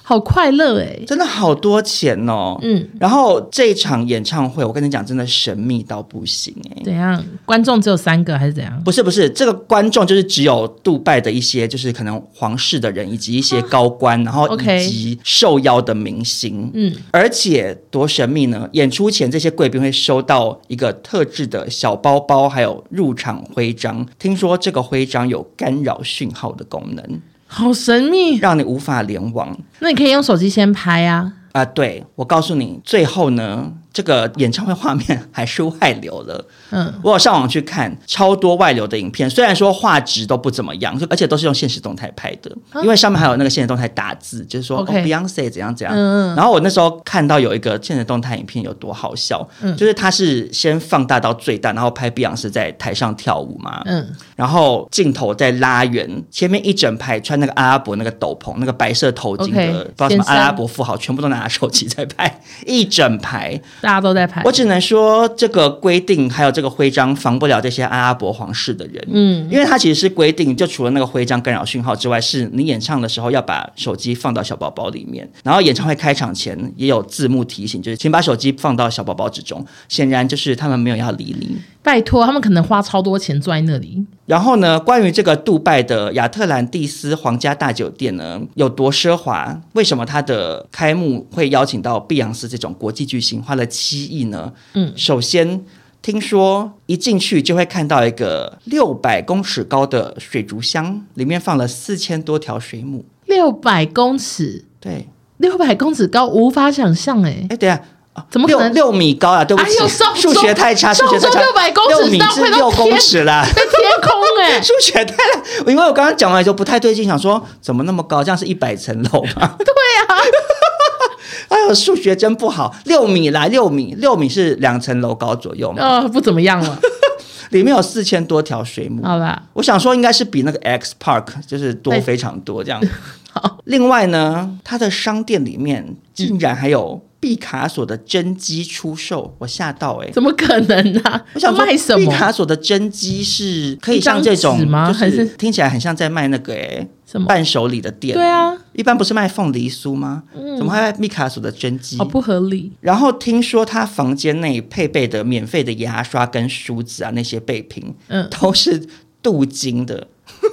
Speaker 1: 好快乐哎、
Speaker 3: 真的好多钱哦。
Speaker 1: 嗯，
Speaker 3: 然后这一场演唱会，我跟你讲，真的神秘到不行哎、
Speaker 1: 怎样？观众只有三个还是怎样？
Speaker 3: 不是不是，这个观众就是只有杜拜的一些，就是可能皇室的人，以及一些高官，然后
Speaker 1: 哦 OK
Speaker 3: 以及受邀的明星。
Speaker 1: 嗯，
Speaker 3: 而且多神秘呢！演出前，这些贵宾会收到一个特制的小包包，还有入场徽章。听说这个徽章有干扰讯号的功能，
Speaker 1: 好神秘。
Speaker 3: 让你无法联网。
Speaker 1: 那你可以用手机先拍啊。
Speaker 3: 啊、对我告诉你，最后呢，这个演唱会画面 还是外流了。
Speaker 1: 嗯，
Speaker 3: 我有上网去看超多外流的影片，虽然说画质都不怎么样，就而且都是用现实动态拍的，因为上面还有那个现实动态打字，就是说
Speaker 1: 啊 OK
Speaker 3: 哦 Beyonce 怎样怎样。
Speaker 1: 嗯嗯
Speaker 3: 然后我那时候看到有一个现实动态影片有多好笑，
Speaker 1: 嗯
Speaker 3: 就是它是先放大到最大，然后拍 Beyonce 在台上跳舞嘛，
Speaker 1: 嗯，
Speaker 3: 然后镜头再拉远，前面一整排穿那个阿拉伯那个斗篷、那个白色头巾
Speaker 1: OK，
Speaker 3: 的不知道什么
Speaker 1: 先生
Speaker 3: 阿拉伯富豪，全部都拿手机在拍，一整排。
Speaker 1: 大家都在拍
Speaker 3: 我。只能说，这个规定还有这个徽章防不了这些阿拉伯皇室的人，
Speaker 1: 嗯，
Speaker 3: 因为它其实是规定，就除了那个徽章干扰讯号之外，是你演唱的时候要把手机放到小包包里面，然后演唱会开场前也有字幕提醒，就是请把手机放到小包包之中。显然就是他们没有要理你。
Speaker 1: 拜托，他们可能花超多钱坐在那里。
Speaker 3: 然后呢，关于这个杜拜的亚特兰蒂斯皇家大酒店呢，有多奢华？为什么它的开幕会邀请到碧昂斯这种国际巨星，花了七亿呢？
Speaker 1: 嗯，
Speaker 3: 首先听说一进去就会看到一个六百公尺高的水族箱，里面放了四千多条水母。
Speaker 1: 六百公尺，
Speaker 3: 对，
Speaker 1: 六百公尺高，无法想象哎、
Speaker 3: 哎，等一下。啊
Speaker 1: 怎么可
Speaker 3: 六
Speaker 1: 能
Speaker 3: 六米高啊？对不起
Speaker 1: 哎呦上，周
Speaker 3: 数学太差，数学太
Speaker 1: 上周
Speaker 3: 差。
Speaker 1: 600公尺
Speaker 3: 六米
Speaker 1: 到
Speaker 3: 是
Speaker 1: 快到
Speaker 3: 六公
Speaker 1: 天
Speaker 3: 尺啦。
Speaker 1: 在天空哎、
Speaker 3: 数学太烂，因为我刚刚讲完就不太对劲，想说怎么那么高？这样是一百层楼 吗？对
Speaker 1: 啊
Speaker 3: 呀、 哎呦，数学真不好。六米啦，六米，六米是两层楼高左右嘛，
Speaker 1: 呃，不怎么样了。
Speaker 3: 里面有四千多条水母。
Speaker 1: 好啦，
Speaker 3: 我想说，应该是比那个 X Park 就是多非常多这样
Speaker 1: 好。
Speaker 3: 另外呢，它的商店里面竟然还有毕卡索的真机出售，我吓到哎、
Speaker 1: 怎么可能呢、啊？
Speaker 3: 我想
Speaker 1: 要
Speaker 3: 说
Speaker 1: 卖什
Speaker 3: 毕
Speaker 1: 么？
Speaker 3: 卡索的真机是可以
Speaker 1: 一
Speaker 3: 像
Speaker 1: 张
Speaker 3: 这种
Speaker 1: 纸吗
Speaker 3: 就
Speaker 1: 还是
Speaker 3: 听起来很像在卖那个欸诶、
Speaker 1: 什么
Speaker 3: 伴手礼的店？
Speaker 1: 嗯对，啊，
Speaker 3: 一般不是卖凤梨酥吗？怎么还卖毕卡索的真机？
Speaker 1: 好哦不合理。
Speaker 3: 然后听说他房间内配备的免费的牙刷跟梳子啊，那些备品
Speaker 1: 嗯，
Speaker 3: 都是镀金的，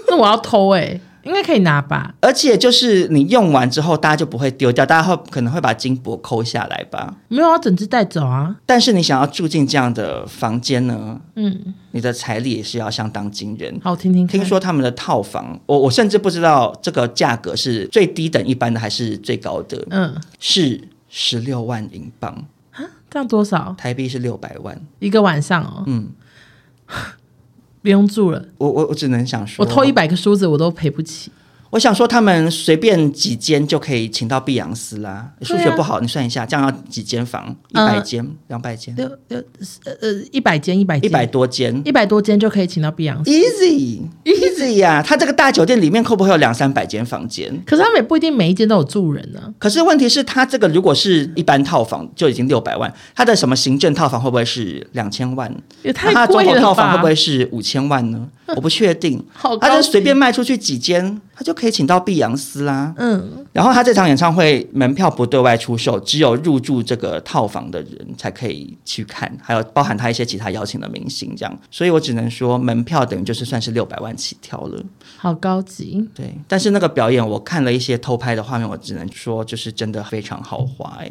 Speaker 1: 那我要偷哎、应该可以拿吧？
Speaker 3: 而且就是你用完之后，大家就不会丢掉，大家会可能会把金箔抠下来吧。
Speaker 1: 没有，要整只带走啊。
Speaker 3: 但是你想要住进这样的房间呢，
Speaker 1: 嗯，
Speaker 3: 你的财力也是要相当惊人。
Speaker 1: 好，我听听看
Speaker 3: 听说他们的套房，我我甚至不知道这个价格是最低等一般的还是最高的，
Speaker 1: 嗯，
Speaker 3: 是十六万英镑，
Speaker 1: 这样多少
Speaker 3: 台币是六百万。
Speaker 1: 一个晚上哦？
Speaker 3: 嗯，
Speaker 1: 不用住了，
Speaker 3: 我我我只能想说，
Speaker 1: 我偷一，百个梳子我都赔不起。
Speaker 3: 我想说他们随便几间就可以请到碧昂斯啦。
Speaker 1: 对
Speaker 3: 数
Speaker 1: 啊
Speaker 3: 学不好，你算一下，这样要几间房？一
Speaker 1: 嗯
Speaker 3: 百间、两百间、
Speaker 1: 六六呃呃一百间一百
Speaker 3: 一
Speaker 1: 间
Speaker 3: 百多间
Speaker 1: 一百多间就可以请到碧昂斯，
Speaker 3: ，easy easy 呀、他这个大酒店里面会不会有两三百间房间？
Speaker 1: 可是他们也不一定每一间都有住人啊呢、
Speaker 3: 可是问题是，他这个如果是一般套房就已经六百万，他的什么行政套房会不会是两千万？那
Speaker 1: 也
Speaker 3: 啊他
Speaker 1: 太
Speaker 3: 的
Speaker 1: 贵
Speaker 3: 总统
Speaker 1: 了
Speaker 3: 套房会
Speaker 1: 吧
Speaker 3: 不？会是五千万 呢？我不确定。
Speaker 1: 好高
Speaker 3: 他
Speaker 1: 级，
Speaker 3: 就随便卖出去几间，他就可以请到碧昂斯啦。
Speaker 1: 嗯，
Speaker 3: 然后他这场演唱会门票不对外出售，只有入住这个套房的人才可以去看，还有包含他一些其他邀请的明星这样。所以我只能说，门票等于就是算是六百万起跳了。
Speaker 1: 好高级。
Speaker 3: 对，但是那个表演我看了一些偷拍的画面，我只能说就是真的非常豪华哎、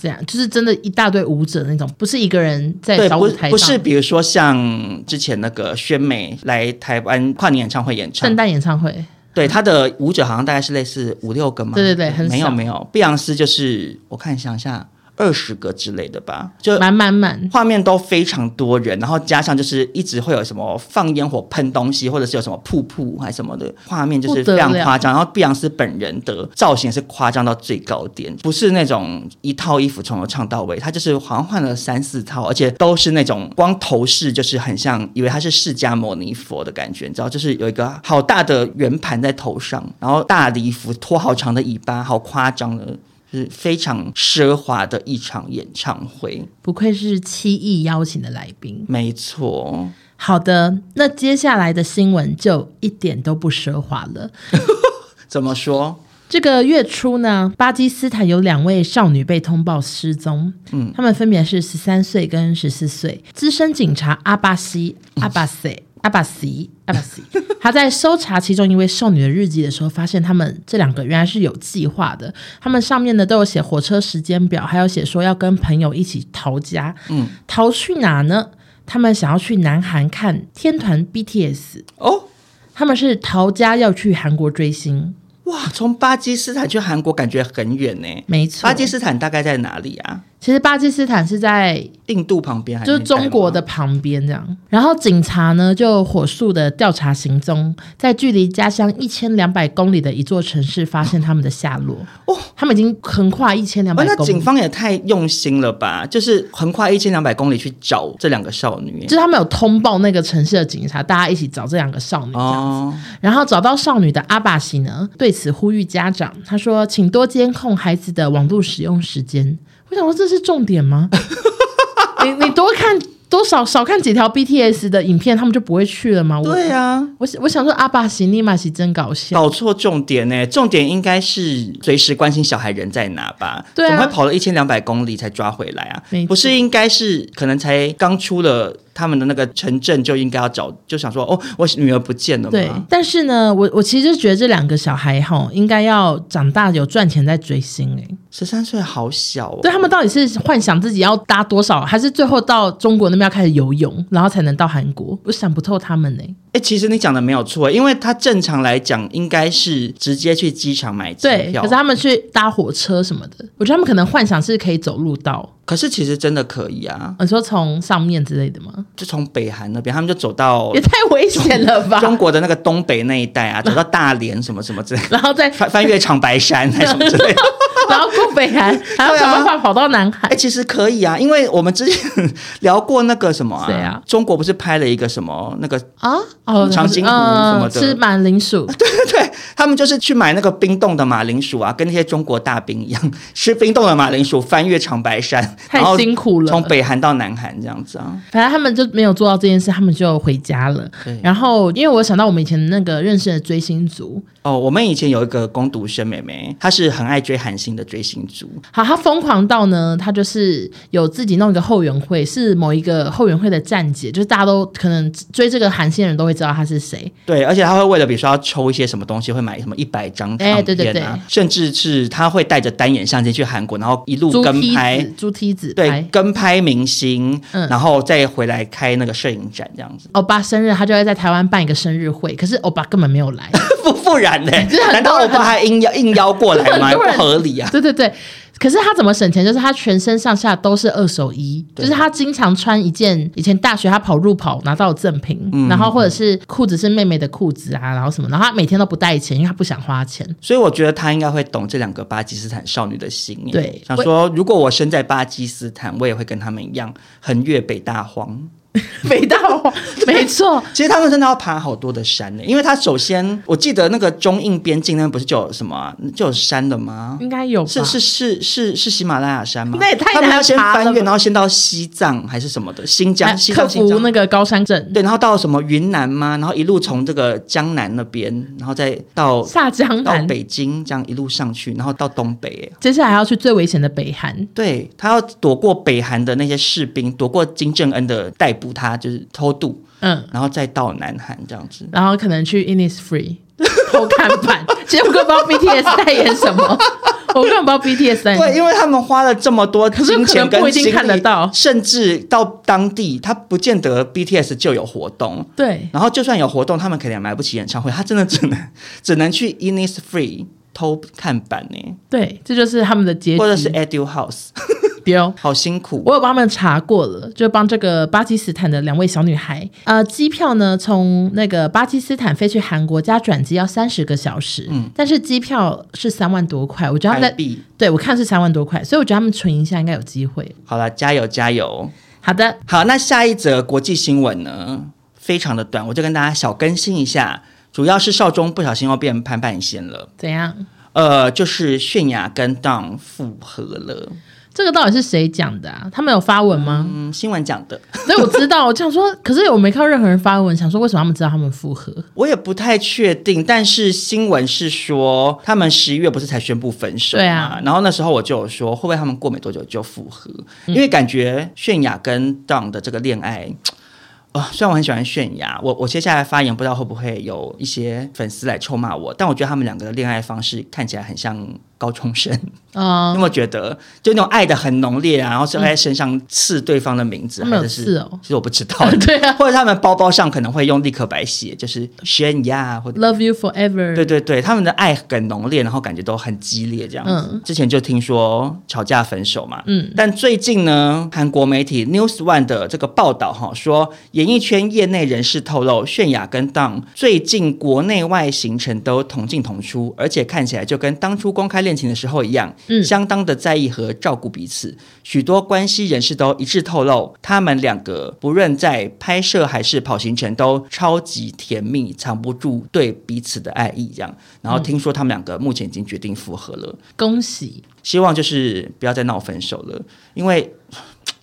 Speaker 1: 这样就是真的一大堆舞者那种，不是一个人在
Speaker 3: 对，
Speaker 1: 小
Speaker 3: 不
Speaker 1: 舞台上，
Speaker 3: 不是比如说像之前那个宣美来台湾跨年演唱会演唱
Speaker 1: 圣，诞演唱会，
Speaker 3: 对，她的舞者好像大概是类似五六个嘛，
Speaker 1: 对对对很
Speaker 3: 没有
Speaker 1: 少
Speaker 3: 没有，碧昂斯就是我看想一下二十个之类的吧，就
Speaker 1: 满满满，
Speaker 3: 画面都非常多人，然后加上就是一直会有什么放烟火、喷东西，或者是有什么瀑布还是什么的，画面就是非常夸张。然后碧昂斯本人的造型也是夸张到最高点，不是那种一套衣服从头唱到尾，他就是好像换了三四套，而且都是那种光头饰，就是很像以为他是释迦牟尼佛的感觉，你知道，就是有一个好大的圆盘在头上，然后大礼服拖好长的尾巴，好夸张的。就是非常奢华的一场演唱会，
Speaker 1: 不愧是七亿邀请的来宾。
Speaker 3: 没错，
Speaker 1: 好的，那接下来的新闻就一点都不奢华了。
Speaker 3: 怎么说？
Speaker 1: 这个月初呢，巴基斯坦有两位少女被通报失踪，嗯，她们分别是十三岁跟十四岁。资深警察阿巴西、
Speaker 3: 嗯
Speaker 1: 阿巴塞、阿巴西、阿巴西， 他在搜查其中一位少女的日记的时候，发现他们这两个原来是有计划的。他们上面呢都有写火车时间表，还有写说要跟朋友一起逃家。嗯，逃去哪呢？他们想要去南韩看天团 BTS，
Speaker 3: 哦，
Speaker 1: 他们是逃家要去韩国追星。
Speaker 3: 哇，从巴基斯坦去韩国感觉很远呢。
Speaker 1: 没错
Speaker 3: 巴基斯坦大概在哪里啊？
Speaker 1: 其实巴基斯坦是在
Speaker 3: 印度旁边还
Speaker 1: 就是中国的旁边这样。然后警察呢就火速的调查行踪，在距离家乡一千两百公里的一座城市发现他们的下落。
Speaker 3: 哦
Speaker 1: 哦，他们已经横跨一千两
Speaker 3: 哦，
Speaker 1: 百
Speaker 3: 那
Speaker 1: 公
Speaker 3: 警
Speaker 1: 里。
Speaker 3: 方也太用心了吧！就是横跨一千两百公里去找这两个少女
Speaker 1: 就。是他们有通报那个城市的警察，大家一起找这两个少女这样子。
Speaker 3: 哦，
Speaker 1: 然后找到少女的阿巴西呢，对此呼吁家长，他说：“请多监控孩子的网络使用时间。”我想说，这是重点吗？你你多看多少少看几条 BTS 的影片，他们就不会去了吗？我
Speaker 3: 对啊，
Speaker 1: 我想我想说，阿巴西尼玛西真搞笑。
Speaker 3: 搞错重点呢，重点应该是随时关心小孩人在哪吧？
Speaker 1: 对啊
Speaker 3: 怎么会跑了一千两百公里才抓回来啊
Speaker 1: 没？错
Speaker 3: 不是应该是可能才刚出了他们的那个城镇就应该要找，就想说哦，我女儿不见了
Speaker 1: 对
Speaker 3: 吗，？
Speaker 1: 但是呢，我我其实就觉得这两个小孩吼，应该要长大有赚钱再追星哎、
Speaker 3: 十三岁好小哦，
Speaker 1: 对他们到底是幻想自己要搭多少，还是最后到中国那边要开始游泳，然后才能到韩国？我想不透他们呢、欸
Speaker 3: 哎、其实你讲的没有错，因为他正常来讲应该是直接去机场买机
Speaker 1: 对，
Speaker 3: 票，
Speaker 1: 可是他们去搭火车什么的，我觉得他们可能幻想是可以走路到，呃
Speaker 3: 可是其实真的可以啊，
Speaker 1: 你说从上面之类的吗？
Speaker 3: 就从北韩那边，他们就走到
Speaker 1: 也太危险了吧！
Speaker 3: 中国的那个东北那一带啊，走到大连什么什么之类的，
Speaker 1: 然 后再
Speaker 3: 翻翻越长白山还是什么之类的。
Speaker 1: 然后过北 韩，还要
Speaker 3: 对啊
Speaker 1: 想办法跑到南
Speaker 3: 哎、
Speaker 1: 海。
Speaker 3: 其实可以啊，因为我们之前聊过那个什么啊，
Speaker 1: 谁啊
Speaker 3: 中国不是拍了一个什么那个，
Speaker 1: 啊，哦，
Speaker 3: 长颈鹿
Speaker 1: 嗯
Speaker 3: 什么的啊
Speaker 1: 吃满铃薯，
Speaker 3: 对他们就是去买那个冰冻的马铃薯啊，跟那些中国大兵一样，吃冰冻的马铃薯，翻越长白山，
Speaker 1: 太
Speaker 3: 然后
Speaker 1: 辛苦了。
Speaker 3: 从北韩到南韩这样子啊。
Speaker 1: 反正他们就没有做到这件事，他们就回家了
Speaker 3: 对。
Speaker 1: 然后，因为我想到我们以前那个认识的追星族，
Speaker 3: 哦，我们以前有一个攻读生妹妹，她是很爱追韩星的追星族，
Speaker 1: 好，他疯狂到呢，他就是有自己弄一个后援会，是某一个后援会的站姐，就是大家都可能追这个韩星的人都会知道他是谁。
Speaker 3: 对，而且她会为了比如说要抽一些什么东西，会买什么一百张唱片啊，
Speaker 1: 哎对对对
Speaker 3: 甚至是她会带着单眼相机去韩国，然后一路
Speaker 1: 朱
Speaker 3: 跟
Speaker 1: 梯
Speaker 3: 拍，
Speaker 1: 子，朱梯子
Speaker 3: 对，
Speaker 1: 拍。
Speaker 3: 跟拍明星，
Speaker 1: 嗯
Speaker 3: 然后再回来开那个摄影展这样子，
Speaker 1: 欧巴生日，他就会在台湾办一个生日会，可是欧巴根本没有来。
Speaker 3: 不不然呢、
Speaker 1: 就是很多人
Speaker 3: 难道欧巴还硬 邀硬邀过来吗？
Speaker 1: 很
Speaker 3: 不
Speaker 1: 多人
Speaker 3: 合理啊！
Speaker 1: 对对对，可是他怎么省钱？就是他全身上下都是二手衣，
Speaker 3: 对
Speaker 1: 就是他经常穿一件以前大学他跑路跑拿到的赠品，
Speaker 3: 嗯
Speaker 1: 然后或者是裤子是妹妹的裤子啊，然后什么，然后他每天都不带钱，因为他不想 花钱。
Speaker 3: 所以我觉得他应该会懂这两个巴基斯坦少女的心耶，
Speaker 1: 对
Speaker 3: 想说如果我身在巴基斯坦，我也会跟他们一样横越北大荒。
Speaker 1: 没
Speaker 3: 哦
Speaker 1: 到，没错，
Speaker 3: 其实他们真的要爬好多的山呢，因为他首先我记得那个中印边境那边不是就有什么啊、就有山的吗？
Speaker 1: 应该有吧？
Speaker 3: 是是是是是喜马拉雅山吗？
Speaker 1: 那也太
Speaker 3: 他们要
Speaker 1: 难
Speaker 3: 先
Speaker 1: 爬
Speaker 3: 翻
Speaker 1: 了
Speaker 3: 越，
Speaker 1: 吧
Speaker 3: 然后先到西藏还是什么的，新
Speaker 1: 还
Speaker 3: 疆、西
Speaker 1: 克
Speaker 3: 藏、新
Speaker 1: 服
Speaker 3: 疆
Speaker 1: 那个高山症，
Speaker 3: 对，然后到什么云南吗？然后一路从这个江南那边，然后再到
Speaker 1: 下江
Speaker 3: 到
Speaker 1: 南，
Speaker 3: 北京，这样一路上去，然后到东北耶。
Speaker 1: 接下来要去最危险的北韩。
Speaker 3: 对他要躲过北韩的那些士兵，躲过金正恩的逮捕他，就是偷渡，
Speaker 1: 嗯，
Speaker 3: 然后再到南韩这样子。
Speaker 1: 然后可能去 Innisfree 偷看版，结果我根本不知道 BTS 代言什么，我根本不知道 BTS 代言什
Speaker 3: 对，
Speaker 1: 么。
Speaker 3: 因为他们花了这么多
Speaker 1: 是
Speaker 3: 金
Speaker 1: 可
Speaker 3: 钱
Speaker 1: 能
Speaker 3: 跟
Speaker 1: 不一定
Speaker 3: 精力
Speaker 1: 看得到
Speaker 3: 甚至到当地，他不见得 BTS 就有活动。
Speaker 1: 对，
Speaker 3: 然后就算有活动，他们可能也买不起演唱会，他真的只能 只能去 Innisfree 偷看版呢，
Speaker 1: 对，这就是他们的结局。
Speaker 3: 或者是 Edu House，
Speaker 1: 丢。
Speaker 3: 好辛苦。
Speaker 1: 我有帮他们查过了，就帮这个巴基斯坦的两位小女孩，呃，机票呢从那个巴基斯坦飞去韩国加转机要三十个小时，但是机票是三万多块，我觉得他
Speaker 3: 嗯
Speaker 1: 们
Speaker 3: 台
Speaker 1: 在
Speaker 3: 币。
Speaker 1: 对我看是三万多块，所以我觉得他们存一下应该有机会。
Speaker 3: 好了，加油加油！
Speaker 1: 好的，
Speaker 3: 好，那下一则国际新闻呢，非常的短，我就跟大家小更新一下，主要是少中不小心又变潘半仙了，
Speaker 1: 怎样？
Speaker 3: 呃，就是泫雅跟 Don 复合了，
Speaker 1: 这个到底是谁讲的啊？他们有发文吗？
Speaker 3: 嗯，新闻讲的，
Speaker 1: 所以我知道，我想说，可是我没看到任何人发文，想说为什么他们知道他们复合？
Speaker 3: 我也不太确定，但是新闻是说他们十一月不是才宣布分手嘛？
Speaker 1: 对啊
Speaker 3: 然后那时候我就有说，会不会他们过没多久就复合？
Speaker 1: 嗯
Speaker 3: 因为感觉泫雅跟 Don 的这个恋爱。啊、虽然我很喜欢泫雅，我我接下来发言不知道会不会有一些粉丝来臭骂我，但我觉得他们两个的恋爱方式看起来很像高中生，你有
Speaker 1: 嗯，
Speaker 3: 没有觉得？就那种爱的很浓烈啊，然后是在身上刺对方的名字，
Speaker 1: 他们有
Speaker 3: 还是
Speaker 1: 刺哦，
Speaker 3: 其实我不知道
Speaker 1: 对啊
Speaker 3: 或者他们包包上可能会用立可白写，就是泫雅啊或者。
Speaker 1: ，Love you forever。
Speaker 3: 对对对，他们的爱很浓烈，然后感觉都很激烈，这样子。
Speaker 1: 嗯
Speaker 3: 之前就听说吵架分手嘛，
Speaker 1: 嗯
Speaker 3: 但最近呢，韩国媒体 News One 的这个报道哈，说演艺圈业内人士透露，泫雅跟 Don 最近国内外行程都同进同出，而且看起来就跟当初公开恋情的时候一样，
Speaker 1: 嗯
Speaker 3: 相当的在意和照顾彼此。许多关系人士都一致透露，他们两个不论在拍摄还是跑行程，都超级甜蜜，藏不住对彼此的爱意。这样，然后听说他们两个目前已经决定复合了。
Speaker 1: 恭喜！
Speaker 3: 希望就是不要再闹分手了，因为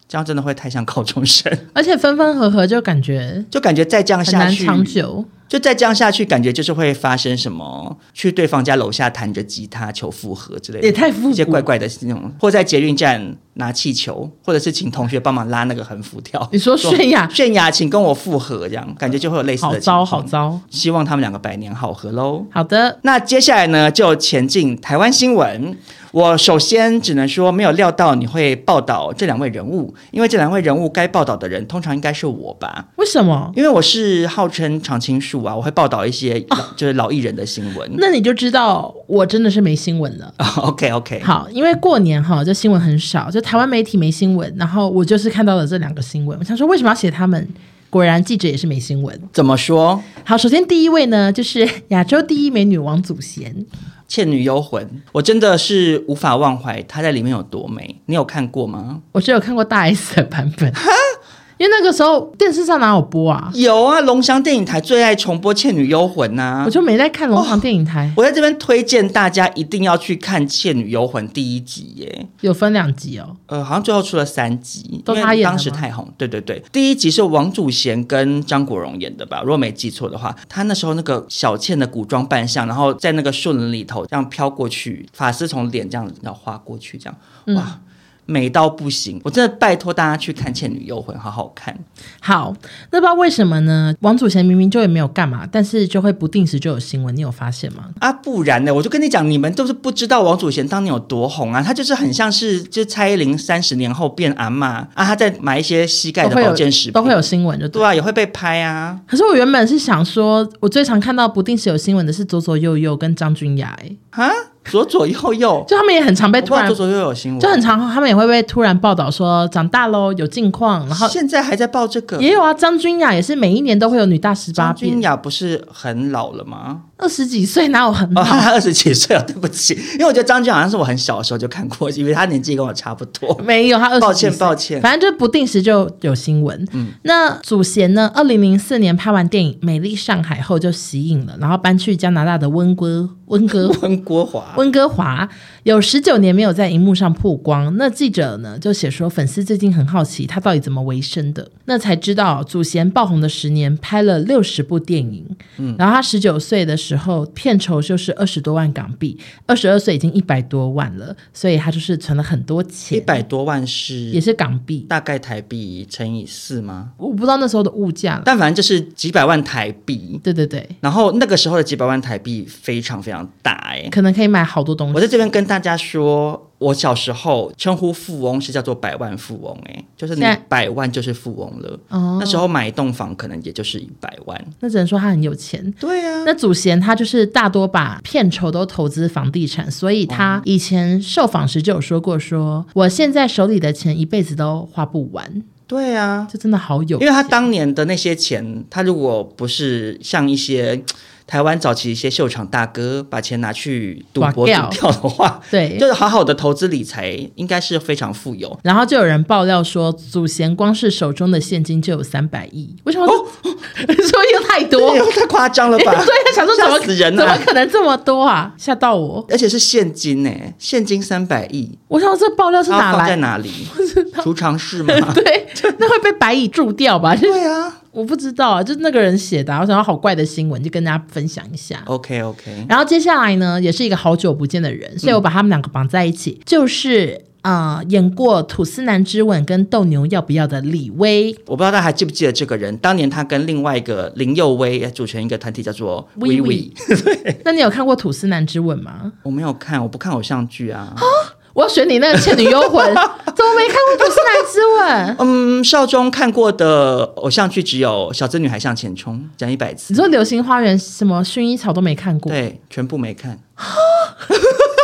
Speaker 3: 这样真的会太像高中生，
Speaker 1: 而且分分合合就感觉
Speaker 3: 就感觉再这样
Speaker 1: 很
Speaker 3: 下
Speaker 1: 难
Speaker 3: 去，
Speaker 1: 长久。
Speaker 3: 就再这样下去，感觉就是会发生什么去对方家楼下弹着吉他求复合之类的，
Speaker 1: 也太复古
Speaker 3: 一些怪怪的那种，或在捷运站拿气球，或者是请同学帮忙拉那个横幅条。
Speaker 1: 你说泫雅
Speaker 3: 泫雅，请跟我复合，这样感觉就会有类似
Speaker 1: 好
Speaker 3: 的情况
Speaker 1: 糟，好糟。
Speaker 3: 希望他们两个百年好合喽。
Speaker 1: 好的，
Speaker 3: 那接下来呢，就前进台湾新闻。我首先只能说，没有料到你会报道这两位人物，因为这两位人物该报道的人通常应该是我吧，
Speaker 1: 为什么？
Speaker 3: 因为我是号称常青树啊，我会报道一些老、就是老艺人的新闻。
Speaker 1: 那你就知道我真的是没新闻了。
Speaker 3: OK OK，
Speaker 1: 好，因为过年哈，就新闻很少，就台湾媒体没新闻，然后我就是看到了这两个新闻，我想说为什么要写他们？果然记者也是没新闻。
Speaker 3: 怎么说？
Speaker 1: 好，首先第一位呢，就是亚洲第一美女王祖贤，
Speaker 3: 《倩女幽魂》，我真的是无法忘怀她在里面有多美。你有看过吗？
Speaker 1: 我只有看过大 S 的版本，因为那个时候电视上哪有播啊，
Speaker 3: 有啊，龙翔电影台最爱重播《倩女幽魂》呐、
Speaker 1: 我就没在看龙翔电影台，
Speaker 3: 我在这边推荐大家一定要去看《倩女幽魂》第一集耶。
Speaker 1: 有分两集哦。
Speaker 3: 呃，好像最后出了三集，
Speaker 1: 都
Speaker 3: 因为
Speaker 1: 他演的
Speaker 3: 当时
Speaker 1: 吗
Speaker 3: 太红。对对对，第一集是王祖贤跟张国荣演的吧？如果没记错的话，他那时候那个小倩的古装扮相，然后在那个树林里头这样飘过去，发丝从脸这样子然后划过去，这样
Speaker 1: 嗯
Speaker 3: 哇。美到不行！我真的拜托大家去看《倩女幽魂》，好好看。
Speaker 1: 好，那不知道为什么呢？王祖贤明明就也没有干嘛，但是就会不定时就有新闻，你有发现吗？
Speaker 3: 啊，不然呢？我就跟你讲，你们都是不知道王祖贤当年有多红啊！她就是很像是，就是蔡依林三十年后变阿嬷啊，她在买一些膝盖
Speaker 1: 都
Speaker 3: 的
Speaker 1: 会
Speaker 3: 保
Speaker 1: 有
Speaker 3: 健食品，
Speaker 1: 都会有新闻，就对。
Speaker 3: 对啊，也会被拍啊。
Speaker 1: 可是我原本是想说，我最常看到不定时有新闻的是左左右右跟张君雅、欸，
Speaker 3: 啊，左左右右，
Speaker 1: 就他们也很常被
Speaker 3: 我不知
Speaker 1: 突
Speaker 3: 道
Speaker 1: 然
Speaker 3: 左左右右有新闻，
Speaker 1: 就很常，他们也会被突然报道说长大喽，有近况，然后
Speaker 3: 现在还在报这个。
Speaker 1: 也有啊，张君雅也是每一年都会有女大十八
Speaker 3: 张君
Speaker 1: 变，
Speaker 3: 雅不是很老了吗？
Speaker 1: 二十几岁哪有很
Speaker 3: 哦，
Speaker 1: 老？
Speaker 3: 她二十几岁了，对不起，因为我觉得张君雅好像是我很小的时候就看过，因为她年纪跟我差不多。
Speaker 1: 没有，他二十
Speaker 3: 抱歉，抱歉，嗯
Speaker 1: 反正就不定时就有新闻。那祖贤呢？二零零四年拍完电影《美丽上海》后就息影了，然后搬去加拿大的温哥温哥
Speaker 3: 温国华
Speaker 1: 温哥华，有十九年没有在荧幕上曝光。那记者呢就写说，粉丝最近很好奇他到底怎么维生的，那才知道祖贤爆红的十年拍了六十部电影，
Speaker 3: 嗯
Speaker 1: 然后他十九岁的时候片酬就是二十多万港币，二十二岁已经一百多万了，所以他就是存了很多
Speaker 3: 一
Speaker 1: 钱，
Speaker 3: 百多万是
Speaker 1: 也是港币。
Speaker 3: 大概台币乘以四吗？
Speaker 1: 我不知道那时候的物价了。
Speaker 3: 但反正就是几百万台币，
Speaker 1: 对对对，
Speaker 3: 然后那个时候的几百万台币非常非常大哎、
Speaker 1: 可能可以买好多东
Speaker 3: 我
Speaker 1: 西。
Speaker 3: 在这边跟大家说，我小时候称呼富翁是叫做百万富翁、欸，就是你
Speaker 1: 现在
Speaker 3: 百万就是富翁了。
Speaker 1: 哦
Speaker 3: 那时候买一栋房可能也就是一百万。
Speaker 1: 那只能说他很有钱。
Speaker 3: 对啊，
Speaker 1: 那祖贤他就是大多把片酬都投资房地产，所以他
Speaker 3: 哦
Speaker 1: 以前受访时就有说过说我现在手里的钱一辈子都花不完，
Speaker 3: 对啊，
Speaker 1: 就真的好有
Speaker 3: 因为他
Speaker 1: 钱
Speaker 3: 当年的那些钱，他如果不是像一些。台湾早期一些秀场大哥把钱拿去赌博赌
Speaker 1: 刮掉
Speaker 3: 掉的话，
Speaker 1: 对
Speaker 3: 就是好好的投资理财，应该是非常富有。
Speaker 1: 然后就有人爆料说，祖贤光是手中的现金就有三百亿，为什么？
Speaker 3: 哦
Speaker 1: 你 说又太多
Speaker 3: 哎，呦太夸张了
Speaker 1: 对
Speaker 3: 吧？
Speaker 1: 呀，想说怎么
Speaker 3: 吓死人啊
Speaker 1: 怎
Speaker 3: 了、
Speaker 1: 么可能这么多啊？吓到我！
Speaker 3: 而且是现金呢、欸现金三百亿，
Speaker 1: 我想说这爆料是
Speaker 3: 它
Speaker 1: 哪
Speaker 3: 要放在
Speaker 1: 来？
Speaker 3: 哪里？储藏室吗？
Speaker 1: 对， 那会被白蚁蛀掉吧？ 就是
Speaker 3: 对啊
Speaker 1: 我不知道啊，就是那个人写的啊、我想到好怪的新闻，就跟大家分享一下。
Speaker 3: ，OK OK，
Speaker 1: 然后接下来呢，也是一个好久不见的人，所以我把他们两个绑在一起，就是呃，演过《吐司男之吻》跟《斗牛要不要》的李威。
Speaker 3: 我不知道大家还记不记得这个人，当年他跟另外一个林佑威也组成一个团体叫做
Speaker 1: We
Speaker 3: We
Speaker 1: We
Speaker 3: We，哎
Speaker 1: 那你有看过《吐司男之吻》吗？
Speaker 3: 我没有看，我不看偶像剧啊。
Speaker 1: 我要选你那个《倩女幽魂》， 怎么没看过《吐司男之吻》？
Speaker 3: 嗯，少中看过的偶像剧只有《小资女孩向前冲》，讲一百
Speaker 1: 你
Speaker 3: 次，
Speaker 1: 说《流星花园》什么薰衣草都没看过，
Speaker 3: 对，全部没看。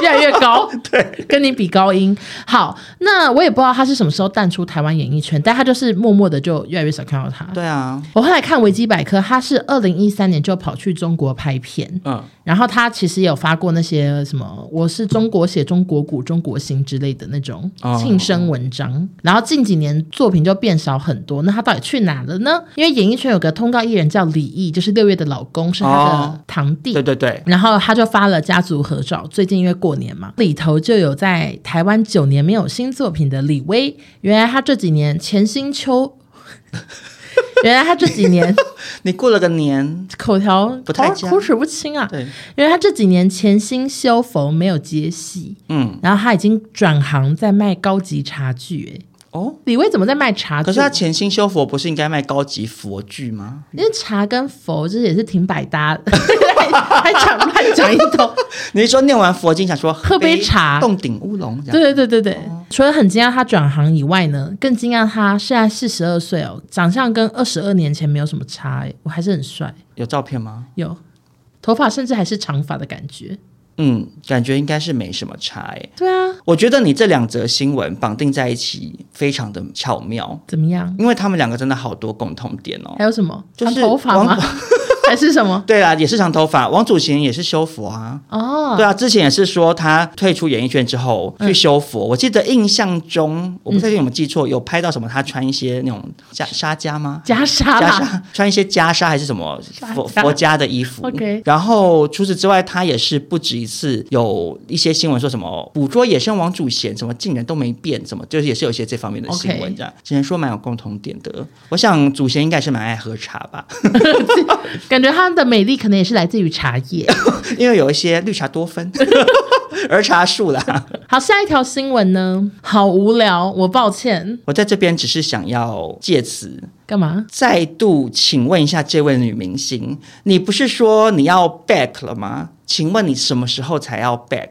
Speaker 1: 越来越 高，对，跟你比高音。好，那我也不知道他是什么时候淡出台湾演艺圈，但他就是默默的就越来越少看到他。
Speaker 3: 对啊，
Speaker 1: 我后来看维基百科，他是二零一三年就跑去中国拍片，
Speaker 3: 嗯，
Speaker 1: 然后他其实也有发过那些什么“我是中国血、中国骨、中国心”之类的那种
Speaker 3: 哦
Speaker 1: 庆生文章。然后近几年作品就变少很多，那他到底去哪了呢？因为演艺圈有个通告艺人叫李毅，就是六月的老公，是他的
Speaker 3: 哦
Speaker 1: 堂弟。
Speaker 3: 对对对，
Speaker 1: 然后他就发了家族合照，最近因为过年嘛，里头就有在台湾九年没有新作品的李威。原来他这几年潜心秋， 原来他这几年
Speaker 3: 你过了个年，
Speaker 1: 口条
Speaker 3: 不太
Speaker 1: 口
Speaker 3: 佳
Speaker 1: 口齿不清啊。
Speaker 3: 对，
Speaker 1: 原来他这几年潜心修佛，没有接戏，
Speaker 3: 嗯，
Speaker 1: 然后他已经转行在卖高级茶具、欸。
Speaker 3: 哦，
Speaker 1: 李威怎么在卖茶具？
Speaker 3: 可是他潜心修佛，不是应该卖高级佛具吗？
Speaker 1: 因为茶跟佛就是也是挺百搭的， 还还讲乱讲一 通。
Speaker 3: 你是说念完佛经想说
Speaker 1: 喝杯茶
Speaker 3: 洞顶乌龙这样？
Speaker 1: 对对对对对，除了很惊讶他转行以外呢，更惊讶他现在四十二岁哦，长相跟二十二年前没有什么差、欸，我还是很帅，
Speaker 3: 有照片吗？
Speaker 1: 有头发甚至还是长发的感觉。
Speaker 3: 嗯，感觉应该是没什么差诶、
Speaker 1: 对啊，
Speaker 3: 我觉得你这两则新闻绑定在一起非常的巧妙，
Speaker 1: 怎么样？
Speaker 3: 因为他们两个真的好多共同点哦。
Speaker 1: 还有什么？
Speaker 3: 就是
Speaker 1: 长头发吗
Speaker 3: 王？
Speaker 1: 还是什么？
Speaker 3: 对啊，也是长头发，王祖贤也是修佛啊。
Speaker 1: 哦，
Speaker 3: 对啊，之前也是说他退出演艺圈之后去修佛。我记得印象中，我不确定有没有记错，有拍到什么他穿一些那种袈沙袈吗？
Speaker 1: 袈裟
Speaker 3: 袈
Speaker 1: 啦，
Speaker 3: 裟穿一些袈裟还是什么佛
Speaker 1: 袈裟
Speaker 3: 佛家的衣服
Speaker 1: OK
Speaker 3: 然后除此之外，他也是不止一次有一些新闻说什么捕捉野生王祖贤，什么竟然都没变，什么就是也是有一些这方面的新
Speaker 1: OK
Speaker 3: 闻这样只能说蛮有共同点的。我想祖贤应该也是蛮爱喝茶 吧，
Speaker 1: 感觉她的美丽可能也是来自于茶叶。
Speaker 3: 因为有一些绿茶多酚 儿茶素啦。
Speaker 1: 好，下一条新闻呢？好无聊，我抱歉，
Speaker 3: 我在这边只是想要借此
Speaker 1: 干嘛？
Speaker 3: 再度请问一下这位女明星，你不是说你要 back 了吗？请问你什么时候才要 back？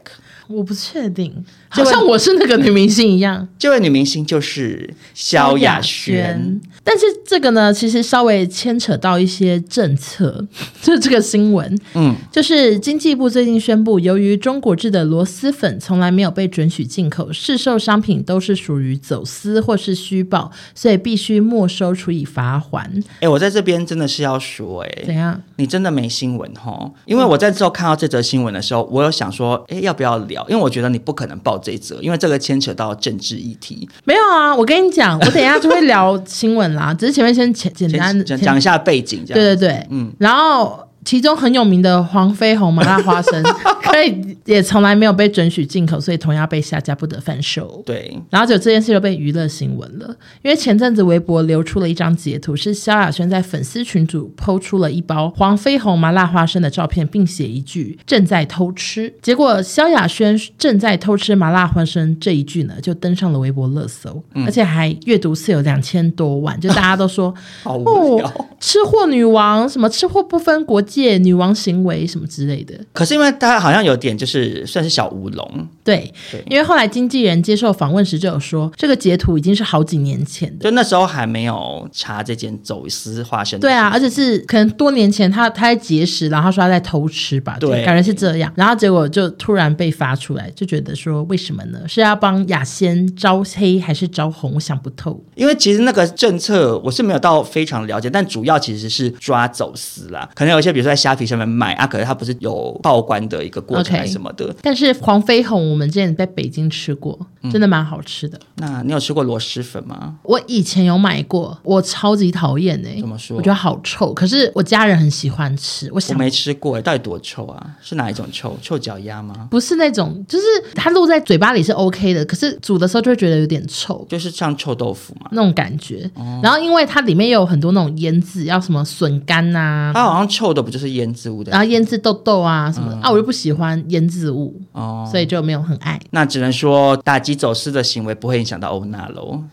Speaker 1: 我不确定，
Speaker 3: 这
Speaker 1: 好
Speaker 3: 位
Speaker 1: 像我是那个女明星一样。
Speaker 3: 这位女明星就是萧亚轩。。
Speaker 1: 但是这个呢，其实稍微牵扯到一些政策， 就是这个新闻，
Speaker 3: 嗯，
Speaker 1: 就是经济部最近宣布，由于中国制的螺蛳粉从来没有被准许进口，市售商品都是属于走私或是虚报，所以必须没收处以罚还。
Speaker 3: 哎、我在这边真的是要说、
Speaker 1: 怎
Speaker 3: 哎，
Speaker 1: 样？
Speaker 3: 你真的没新闻吼？因为我在之后看到这则新闻的时候，我有想说，哎、要不要聊？因为我觉得你不可能报这则，因为这个牵扯到政治议题。
Speaker 1: 没有啊，我跟你讲，我等一下就会聊新闻啦， 只是前面先简简单
Speaker 3: 先讲讲一下背景，这样。
Speaker 1: 对对对，嗯，然后。其中很有名的黄飞鸿麻辣花 生，可以也从来没有被准许进口，所以同样被下架，不得贩售。
Speaker 3: 对
Speaker 1: 然后就这件事就被娱乐新闻了，因为前阵子微博流出了一张截图，是萧亚轩在粉丝群组抛出了一包黄飞鸿麻辣花生的照片，并写一句“正在偷吃”。结果萧亚轩“正在偷吃麻辣花生”这一句呢，就登上了微博热搜，
Speaker 3: 嗯
Speaker 1: 而且还阅读次有两千多万，就大家 都说
Speaker 3: 好无聊。
Speaker 1: 哦吃货女王，什么吃货不分国界，女王行为什么之类的。
Speaker 3: 可是因为他好像有点就是算是小乌龙，
Speaker 1: 对，因为后来经纪人接受访问时就有说，这个截图已经是好几年前的。
Speaker 3: 就那时候还没有查这件走私花生的
Speaker 1: 对
Speaker 3: 事情。
Speaker 1: 啊，而且是可能多年前他他在节食，然后他说他在偷吃吧，
Speaker 3: 对
Speaker 1: 就感觉是这样。然后结果就突然被发出来，就觉得说为什么呢？是要帮雅仙招黑还是招红？我想不透。
Speaker 3: 因为其实那个政策我是没有到非常了解，但主要其实是抓走私啦，可能有一些比比如说在虾皮上面卖啊，可是它不是有报关的一个过程
Speaker 1: OK
Speaker 3: 还是什么的。
Speaker 1: 但是黄飞鸿我们之前在北京吃过，
Speaker 3: 嗯
Speaker 1: 真的蛮好吃的。
Speaker 3: 那你有吃过螺蛳粉吗？
Speaker 1: 我以前有买过，我超级讨厌哎、
Speaker 3: 怎么说
Speaker 1: 我觉得好臭，可是我家人很喜欢吃。我
Speaker 3: 我
Speaker 1: 想
Speaker 3: 没吃过、欸，到底多臭啊？是哪一种臭？臭脚丫吗？
Speaker 1: 不是那种，就是它露在嘴巴里是 OK 的，可是煮的时候就会觉得有点臭。
Speaker 3: 就是像臭豆腐嘛。
Speaker 1: 那种感觉，
Speaker 3: 哦
Speaker 1: 然后因为它里面有很多那种腌制，要什么笋干呐、
Speaker 3: 它好像臭的不就是腌制物的
Speaker 1: 然后腌制豆豆啊什么的、啊，我就不喜欢腌制物，
Speaker 3: 嗯哦？
Speaker 1: 所以就没有很爱。
Speaker 3: 那只能说打击走私的行为不会影响到欧娜喽。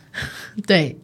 Speaker 1: 对，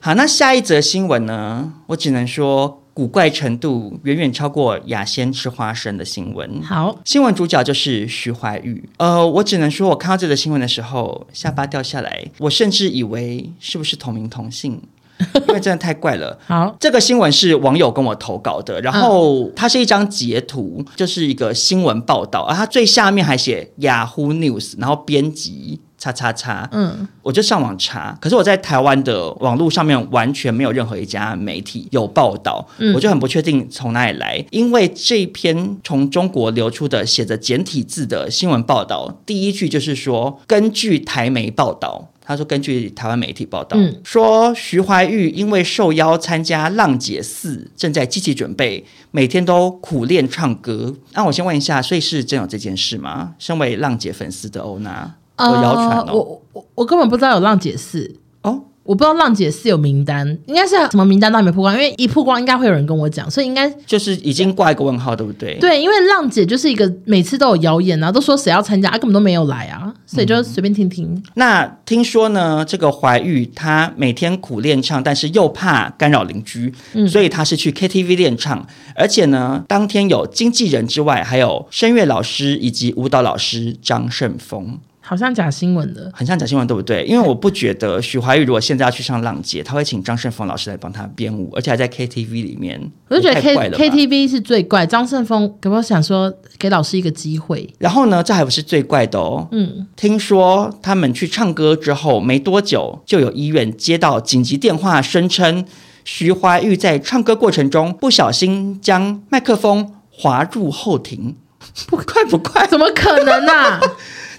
Speaker 3: 好，那下一则新闻呢？我只能说古怪程度远远超过雅仙吃花生的新闻。
Speaker 1: 好，
Speaker 3: 新闻主角就是徐怀钰。呃，我只能说，我看到这则新闻的时候，下巴掉下来，我甚至以为是不是同名同姓， 因为真的太怪了。
Speaker 1: 好，
Speaker 3: 这个新闻是网友跟我投稿的，然后它是一张截图，就是一个新闻报道，啊，它最下面还写 Yahoo News，然后编辑叉叉叉，
Speaker 1: 嗯，
Speaker 3: 我就上网查，可是我在台湾的网络上面完全没有任何一家媒体有报道，
Speaker 1: 嗯
Speaker 3: 我就很不确定从哪里来，因为这篇从中国流出的写着简体字的新闻报道，第一句就是说根据台媒报道。他说：“根据台湾媒体报道，
Speaker 1: 嗯
Speaker 3: 说徐怀钰因为受邀参加《浪姐四》，正在积极准备，每天都苦练唱歌。那、我先问一下，所以是真有这件事吗？身为浪姐粉丝的欧娜，有谣传
Speaker 1: 呃
Speaker 3: 哦。
Speaker 1: 我我我根本不知道有浪姐四，
Speaker 3: 哦，
Speaker 1: 我不知道浪姐四有名单，应该是什么名单都还没曝光，因为一曝光应该会有人跟我讲，所以应该
Speaker 3: 就是已经挂一个问号，对不对？，
Speaker 1: 对，因为浪姐就是一个每次都有谣言啊，都说谁要参加，啊、根本都没有来啊，所
Speaker 3: 嗯
Speaker 1: 以就随便听听。
Speaker 3: 那听说呢，这个怀玉她每天苦练唱，但是又怕干扰邻居，
Speaker 1: 嗯
Speaker 3: 所以她是去 KTV 练唱，而且呢，当天有经纪人之外，还有声乐老师以及舞蹈老师张胜峰，
Speaker 1: 好像假新闻的，
Speaker 3: 很像假新闻，对不对？因为我不觉得许怀玉如果现在要去上浪姐，她会请张胜峰老师来帮她编舞，而且还在 KTV 里面，
Speaker 1: 我就觉得
Speaker 3: 也太
Speaker 1: K
Speaker 3: 怪了吧
Speaker 1: KTV 是最怪。张胜峰，可不可以想说给老师一个机会？
Speaker 3: 然后呢，这还不是最怪的哦。
Speaker 1: 嗯，
Speaker 3: 听说他们去唱歌之后没多久，就有医院接到紧急电话，声称徐怀钰在唱歌过程中不小心将麦克风滑入后庭。 不快不快，
Speaker 1: 怎么可 能啊？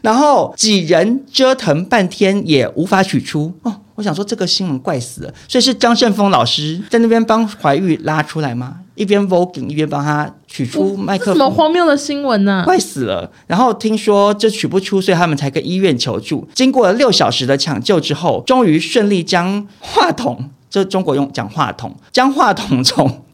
Speaker 3: 然后几人折腾半天也无法取出哦。我想说这个新闻怪死了，所以是张胜峰老师在那边帮怀钰拉出来吗？一边 voguing 一边帮他取出麦
Speaker 1: 这
Speaker 3: 克
Speaker 1: 什么
Speaker 3: 风，
Speaker 1: 荒谬的新闻啊呢、
Speaker 3: 快死了。然后听说这取不出，所以他们才跟医院求助。经过了六小时的抢救之后，终于顺利将话筒，这中国用讲话筒，将话筒从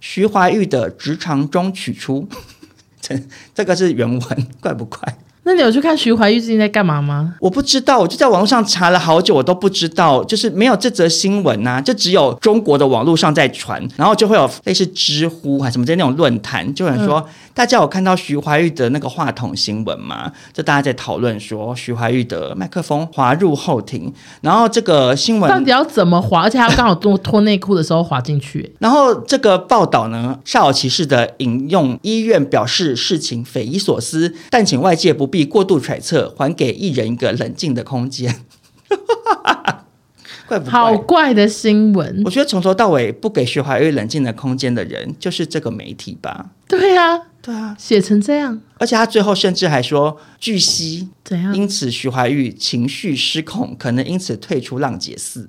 Speaker 3: 徐怀钰的直肠中取出。 这这个是原文，怪不怪？
Speaker 1: 那你有去看徐怀钰最近在干嘛吗？
Speaker 3: 我不知道，我就在网络上查了好久，我都不知道，就是没有这则新闻呐、就只有中国的网络上在传，然后就会有类似知乎还什么的那种论坛，就有人说、大家有看到徐怀钰的那个话筒新闻吗？就大家在讨论说徐怀钰的麦克风滑入后庭，然后这个新
Speaker 1: 到
Speaker 3: 闻
Speaker 1: 底。要怎么滑？而且还要刚好脱脱内裤的时候滑进去、
Speaker 3: 然后这个报道呢，煞有其事的引用医院表示事情匪夷所思，但请外界不必过度揣测，还给艺人一个冷静的空间。 怪 不怪？
Speaker 1: 好怪的新闻
Speaker 3: 我。觉得从头到尾不给徐怀钰冷静的空间的人，就是这个媒体吧。
Speaker 1: 对啊，
Speaker 3: 对啊，
Speaker 1: 写成这样，
Speaker 3: 而且他最后甚至还说，据悉，
Speaker 1: 怎样？
Speaker 3: 因此徐怀钰情绪失控，可能因此退出浪姐四。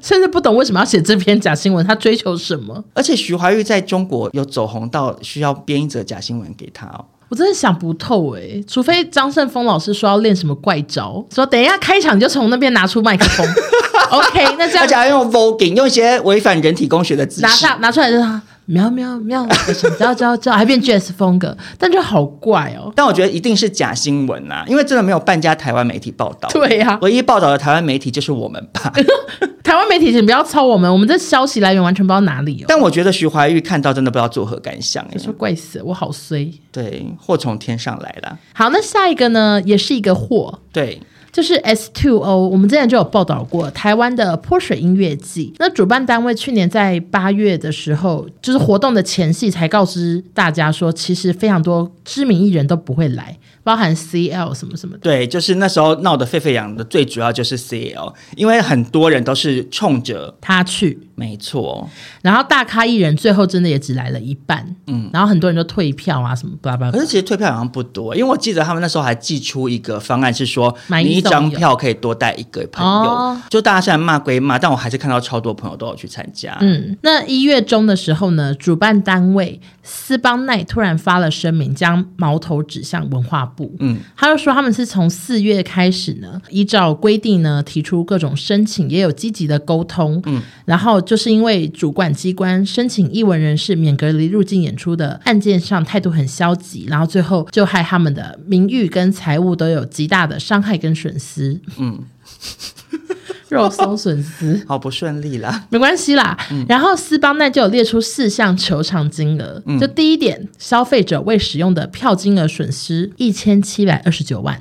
Speaker 1: 甚至不懂为什么要写这篇假新闻，他追求什么？
Speaker 3: 而且徐怀钰在中国有走红到需要编一则假新闻给他哦。
Speaker 1: 我真的想不透哎、除非张胜峰老师说要练什么怪招，说等一下开场你就从那边拿出麦克 风，OK，那这
Speaker 3: 而且
Speaker 1: 样
Speaker 3: 还用 voguing，用一些违反人体工学的姿势。
Speaker 1: 拿上拿出来就是他喵喵喵，我想叫叫叫，还变 jazz 风格，但就好怪哦。
Speaker 3: 但我觉得一定是假新闻啦、因为真的没有半家台湾媒体报道。
Speaker 1: 对啊呀、
Speaker 3: 唯一报道的台湾媒体就是我们 吧。
Speaker 1: 台湾媒体请不要抄我们，我们这消息来源完全不知道哪里哦。
Speaker 3: 但我觉得徐怀钰看到真的不知道作何感想、
Speaker 1: 你说
Speaker 3: 欸，
Speaker 1: 怪死了我，好衰。
Speaker 3: 对，祸从天上来啦。
Speaker 1: 好，那下一个呢，也是一个货，
Speaker 3: 对，
Speaker 1: 就是 S Two O，我们之前就有报道过台湾的泼水音乐季。那主办单位去年在八月的时候，就是活动的前夕才告知大家说，其实非常多知名艺人都不会来，包含 C L 什么什么的。
Speaker 3: 对，就是那时候闹得沸沸扬扬的，最主要就是 CL，因为很多人都是冲着
Speaker 1: 他去，
Speaker 3: 没错，
Speaker 1: 然后大咖艺人最后真的也只来了一半，嗯，然后很多人就退票啊什么巴拉巴
Speaker 3: 可
Speaker 1: 拉
Speaker 3: 是。其实退票好像不多，因为我记得他们那时候还寄出一个方案，是说
Speaker 1: 买
Speaker 3: 你
Speaker 1: 一
Speaker 3: 一
Speaker 1: 送
Speaker 3: 张
Speaker 1: 一哦
Speaker 3: 票可以多带一个朋友。
Speaker 1: 哦
Speaker 3: 就大家虽然骂归骂，但我还是看到超多朋友都有去参加。
Speaker 1: 嗯，那一月中的时候呢，主办单位斯邦奈突然发了声明，将矛头指向文化部。
Speaker 3: 嗯，
Speaker 1: 他就说他们是从四月开始呢，依照规定呢提出各种申请，也有积极的沟通。嗯，然后就是因为主管机关申请艺文人士免隔离入境演出的案件上态度很消极，然后最后就害他们的名誉跟财务都有极大的伤害跟损失。嗯， 肉搜损失。
Speaker 3: 好不顺利啦，
Speaker 1: 没关系啦。然后斯邦奈就有列出四项求偿金额，就第一点，消费者未使用的票金额损失一千七百二十九万；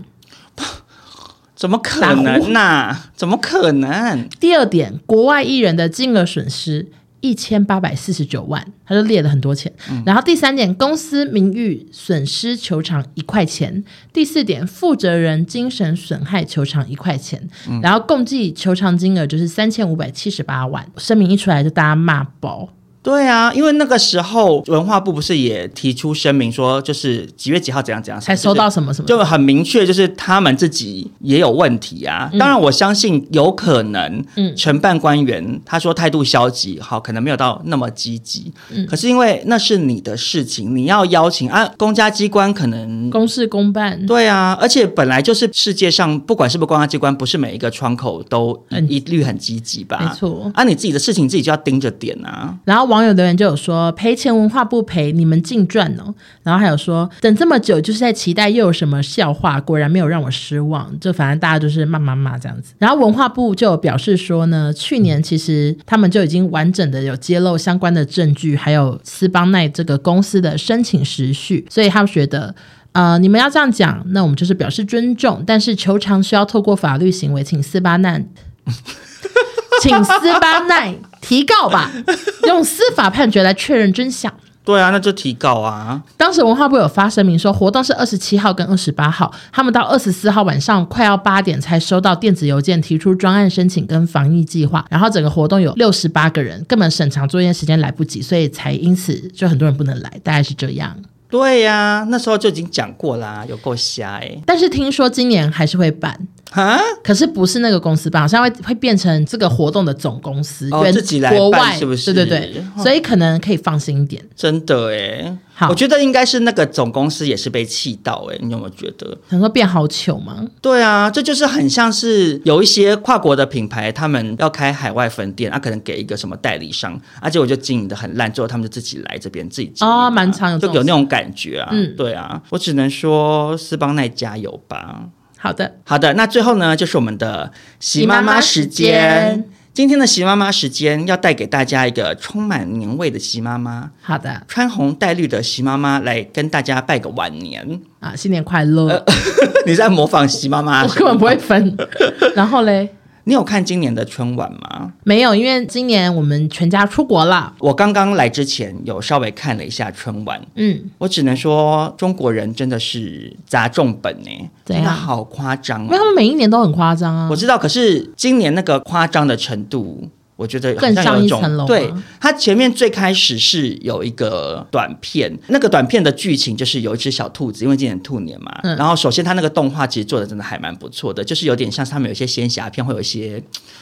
Speaker 3: 怎么可能呐、怎么可能？
Speaker 1: 第二点，国外艺人的金额损失。一千八百四十九万，他就列了很多钱。然后第三点，公司名誉损失求偿一块钱；第四点，负责人精神损害求偿一块钱。然后共计求偿金额就是三千五百七十八万。声明一出来就大家骂爆，
Speaker 3: 对啊，因为那个时候文化部不是也提出声明说，就是几月几号怎样怎样
Speaker 1: 才收到什么什么
Speaker 3: 就很明确，就是他们自己也有问题啊。当然，我相信有可能，
Speaker 1: 嗯
Speaker 3: 承办官员他说态度消极，好，可能没有到那么积极。
Speaker 1: 嗯
Speaker 3: 可是因为那是你的事情，你要邀请啊，公家机关可能。
Speaker 1: 公事公办。
Speaker 3: 对啊，而且本来就是世界上，不管是不是公家机关，不是每一个窗口都
Speaker 1: 很
Speaker 3: 一律很积极吧？
Speaker 1: 没错
Speaker 3: 啊，你自己的事情你自己就要盯着点啊。
Speaker 1: 然后网友留言就有说赔钱文化不赔，你们净赚哦。然后还有说等这么久就是在期待又有什么笑话，果然没有让我失望。就反正大家就是骂骂骂这样子。然后文化部就有表示说呢，去年其实他们就已经完整的有揭露相关的证据，还有斯邦奈这个公司的申请时序，所以他们觉得。呃，你们要这样讲，那我们就是表示尊重，但是求偿需要透过法律行为，请斯巴奈请斯巴奈提 告吧，用司法判决来确认真相。
Speaker 3: 对啊，那就提告啊。
Speaker 1: 当时文化部有发声明说，活动是二十七号跟二十八号，他们到二十四号晚上快要八点才收到电子邮件，提出专案申请跟防疫计划。然后整个活动有六十八个人，根本审查作业时间来不及，所以才因此就很多人不能来，大概是这样。
Speaker 3: 对呀、那时候就已经讲过啦，有够瞎哎、
Speaker 1: 但是听说今年还是会办，
Speaker 3: 哈，
Speaker 1: 可是不是那个公司办，好像会会变成这个活动的总公司，
Speaker 3: 哦
Speaker 1: 原
Speaker 3: 自己来办
Speaker 1: 国外
Speaker 3: 是不是
Speaker 1: 对对对，所以可能可以放心一点。
Speaker 3: 真的哎、
Speaker 1: 好
Speaker 3: 我觉得应该是那个总公司也是被气到哎、你有没有觉得？
Speaker 1: 想说变好糗吗？
Speaker 3: 对啊，这就是很像是有一些跨国的品牌，他们要开海外分店，啊，可能给一个什么代理商，而且我就经营的很烂，最后他们就自己来这边自己经营啊
Speaker 1: 哦蛮常有这
Speaker 3: 就
Speaker 1: 种
Speaker 3: 有那种感觉啊。
Speaker 1: 嗯
Speaker 3: 对啊，我只能说斯邦奈加油吧。
Speaker 1: 好的，
Speaker 3: 好的，那最后呢，就是我们的
Speaker 1: 喜
Speaker 3: 喜
Speaker 1: 妈
Speaker 3: 妈
Speaker 1: 妈
Speaker 3: 妈
Speaker 1: 时
Speaker 3: 时
Speaker 1: 间
Speaker 3: 间。今天的喜妈妈时间要带给大家一个充满年味的喜妈妈，
Speaker 1: 好的
Speaker 3: 穿红戴绿的喜妈妈来跟大家拜个晚年。
Speaker 1: 啊，新年快乐！
Speaker 3: 你在模仿喜妈妈啊
Speaker 1: 我？根本不会分。然后嘞，
Speaker 3: 你有看今年的春晚吗？
Speaker 1: 没有，因为今年我们全家出国了。
Speaker 3: 我刚刚来之前有稍微看了一下春晚，
Speaker 1: 嗯，
Speaker 3: 我只能说中国人真的是砸重本呢、
Speaker 1: 怎
Speaker 3: 真
Speaker 1: 样
Speaker 3: 的好夸张
Speaker 1: 因为
Speaker 3: 哦
Speaker 1: 他！们每一年都很夸张啊
Speaker 3: 我。知道，可是今年那个夸张的程度，我觉得好
Speaker 1: 更上
Speaker 3: 有
Speaker 1: 一
Speaker 3: 种
Speaker 1: 层楼
Speaker 3: 对
Speaker 1: 吗，
Speaker 3: 它前面最开始是有一个短片，那个短片的剧情就是有一只小兔子，因为今年兔年嘛。
Speaker 1: 嗯
Speaker 3: 然后首先它那个动画其实做的真的还蛮不错的，就是有点像是他们有一些仙侠片会有一些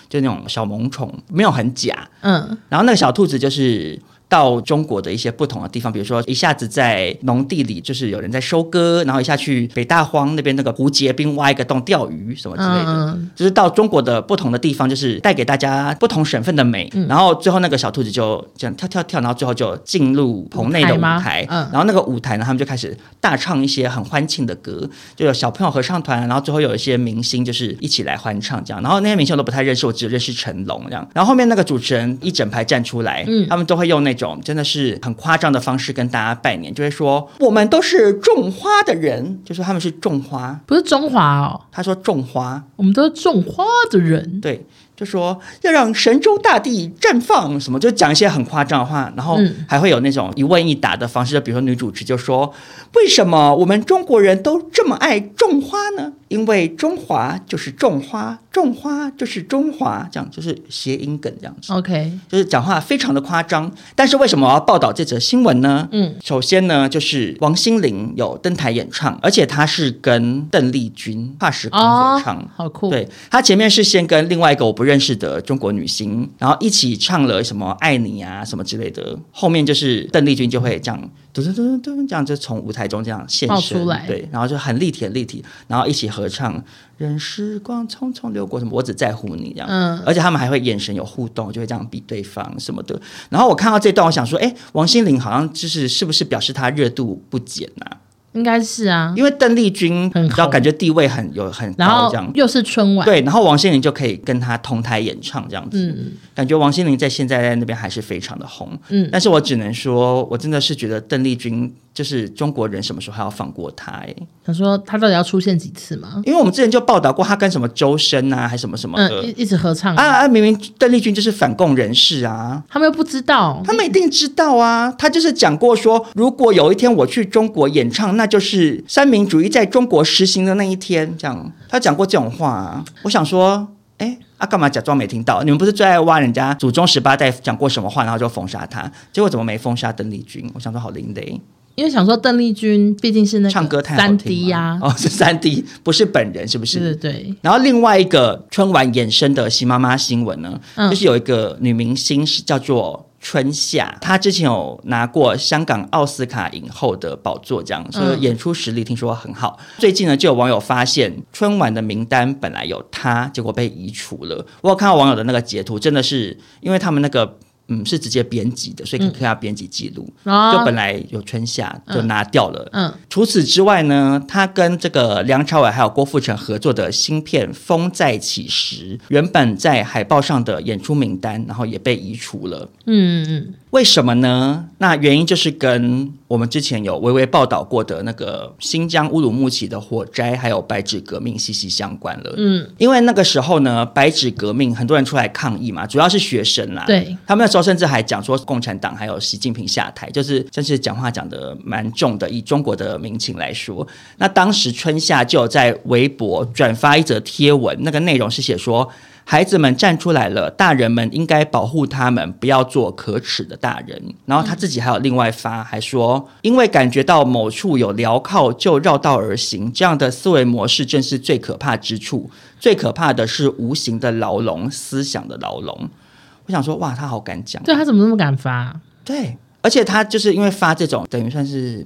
Speaker 3: 就那种小萌宠，没有很假。
Speaker 1: 嗯，
Speaker 3: 然后那个小兔子就是。到中国的一些不同的地方，比如说一下子在农地里，就是有人在收割，然后一下去北大荒那边那个胡结冰挖一个洞钓鱼什么之类的，
Speaker 1: 嗯嗯
Speaker 3: 就是到中国的不同的地方，就是带给大家不同省份的美。
Speaker 1: 嗯
Speaker 3: 然后最后那个小兔子就这样跳跳跳，然后最后就进入棚内的
Speaker 1: 舞
Speaker 3: 舞
Speaker 1: 台吗
Speaker 3: 台。
Speaker 1: 嗯
Speaker 3: 然后那个舞台呢，他们就开始大唱一些很欢庆的歌，就有小朋友合唱团，然后最后有一些明星就是一起来欢唱这样。然后那些明星我都不太认识，我只认识成龙这样。然后后面那个主持人一整排站出来，
Speaker 1: 嗯
Speaker 3: 他们都会用那种真的是很夸张的方式跟大家拜年，就会说我们都是种花的人，就说他们是种花。
Speaker 1: 不是中华哦，
Speaker 3: 他说种花。
Speaker 1: 我们都是种花的人。
Speaker 3: 对，就说要让神州大地绽放什么，就讲一些很夸张的话，然后
Speaker 1: 嗯
Speaker 3: 还会有那种一问一答的方式，就比如说女主持就说：“为什么我们中国人都这么爱种花呢？”一因为中华就是种花，种花就是中华，这样就是谐音梗这样子。
Speaker 1: OK，
Speaker 3: 就是讲话非常的夸张。但是为什么我要报道这则新闻呢？
Speaker 1: 嗯，
Speaker 3: 首先呢，就是王心凌有登台演唱，而且她是跟邓丽君跨时空合
Speaker 1: 哦
Speaker 3: 唱。，
Speaker 1: 好酷，
Speaker 3: 对，她前面是先跟另外一个我不认识的中国女星，然后一起唱了什么“爱你”啊什么之类的。后面就是邓丽君就会这样，嘟嘟嘟嘟嘟，这样就从舞台中这样现
Speaker 1: 冒
Speaker 3: 身，
Speaker 1: 哦出来
Speaker 3: 对，然后就很立体很立体，然后一起合唱“任时光匆匆流过”什么，我只在乎你这样。
Speaker 1: 嗯
Speaker 3: 而且他们还会眼神有互动，就会这样比对方什么的。然后我看到这段，我想说，哎，王心凌好像就是是不是表示她热度不减啊？
Speaker 1: 应该是啊。
Speaker 3: 因为邓丽君，
Speaker 1: 嗯很
Speaker 3: 你知道，
Speaker 1: 红
Speaker 3: 感觉地位很有很
Speaker 1: 然
Speaker 3: 高
Speaker 1: 后
Speaker 3: 这样。
Speaker 1: 又是春晚，
Speaker 3: 对，然后王心凌就可以跟她同台演唱这样子，
Speaker 1: 嗯
Speaker 3: 感觉王心凌在现在在那边还是非常的红。
Speaker 1: 嗯，
Speaker 3: 但是我只能说，我真的是觉得邓丽君就是中国人什么时候还要放过她、欸？
Speaker 1: 想说他到底要出现几次嘛？
Speaker 3: 因为我们之前就报道过她跟什么周深啊，还什么什么的、
Speaker 1: 嗯，一一直合唱
Speaker 3: 啊啊！明明邓丽君就是反共人士啊，
Speaker 1: 他们又不知道，
Speaker 3: 他们一定知道啊，他就是讲过说，如果有一天我去中国演唱，那就是三民主义在中国实行的那一天，这样他讲过这种话、啊。我想说，哎，啊，干嘛假装没听到？你们不是最爱挖人家祖宗十八代讲过什么话，然后就封杀他？结果怎么没封杀邓丽君？我想说好另类，
Speaker 1: 因为想说邓丽君毕竟是那个
Speaker 3: 唱歌太好
Speaker 1: 三
Speaker 3: 听
Speaker 1: D 啊
Speaker 3: 了
Speaker 1: 呀，
Speaker 3: 哦，是三 D，不是本人，是不
Speaker 1: 对对对，
Speaker 3: 然后另外一个春晚衍生的喜妈妈新闻呢，
Speaker 1: 嗯
Speaker 3: 就是有一个女明星是叫做。春夏，她之前有拿过香港奥斯卡影后的宝座，这样，所以
Speaker 1: 嗯
Speaker 3: 演出实力听说很好。最近呢，就有网友发现春晚的名单本来有她，结果被移除了。我有看到网友的那个截图，真的是因为他们那个嗯是直接编辑的，
Speaker 1: 嗯
Speaker 3: 所以可以看到编辑记录，
Speaker 1: 然后
Speaker 3: 就本来有春夏就拿掉了，
Speaker 1: 啊嗯
Speaker 3: 除此之外呢，他跟这个梁朝伟还有郭富城合作的新片《风再起时》，原本在海报上的演出名单，然后也被移除了。
Speaker 1: 嗯嗯
Speaker 3: 为什么呢？那原因就是跟我们之前有微微报道过的那个新疆乌鲁木齐的火灾，还有白纸革命息息相关了。
Speaker 1: 嗯，
Speaker 3: 因为那个时候呢，白纸革命很多人出来抗议嘛，主要是学生啊啦。
Speaker 1: 对，
Speaker 3: 他们那时候甚至还讲说，共产党还有习近平下台，就是真是讲话讲的蛮重的。以中国的民情来说，那当时春夏就有在微博转发一则贴文，那个内容是写说。孩子们站出来了，大人们应该保护他们，不要做可耻的大人。然后他自己还有另外发，还说，因为感觉到某处有镣铐，就绕道而行，这样的思维模式正是最可怕之处。最可怕的是无形的牢笼，思想的牢笼。我想说，哇，他好敢讲，
Speaker 1: 对他怎么那么敢发？
Speaker 3: 对，而且他就是因为发这种等于算是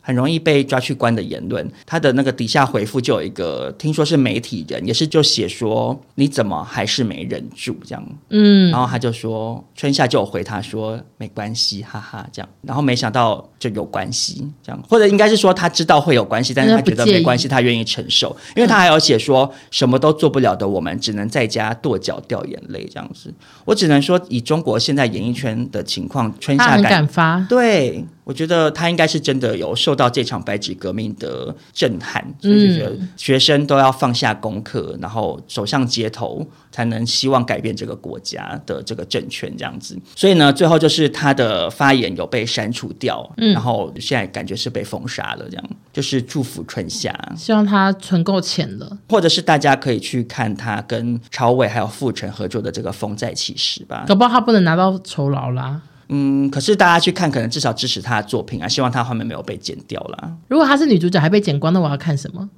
Speaker 3: 很容易被抓去关的言论，他的那个底下回复就有一个，听说是媒体人，也是就写说你怎么还是没忍住这样，
Speaker 1: 嗯
Speaker 3: 然后他就说春夏就有回他说没关系，哈哈这样，然后没想到就有关系这样，或者应该是说他知道会有关系，但是他觉得没关系，他愿意承受，因为他还有写说什么都做不了的我们，只能在家跺脚掉眼泪这样子。我只能说，以中国现在演艺圈的情况，春
Speaker 1: 他
Speaker 3: 夏
Speaker 1: 很
Speaker 3: 感。
Speaker 1: 敢发，
Speaker 3: 对，我觉得他应该是真的有受到这场白纸革命的震撼，所以就觉得学生都要放下功课，然后走上街头，才能希望改变这个国家的这个政权这样子。所以呢，最后就是他的发言有被删除掉，然后现在感觉是被封杀了，这样就是祝福春夏。
Speaker 1: 希望他存够钱了。
Speaker 3: 或者是大家可以去看他跟朝伟还有傅成合作的这个《风再起时》吧，
Speaker 1: 搞不好他不能拿到酬劳啦。
Speaker 3: 嗯，可是大家去看，可能至少支持他的作品啊，希望他后面没有被剪掉啦。
Speaker 1: 如果她是女主角还被剪光，那我要看什么？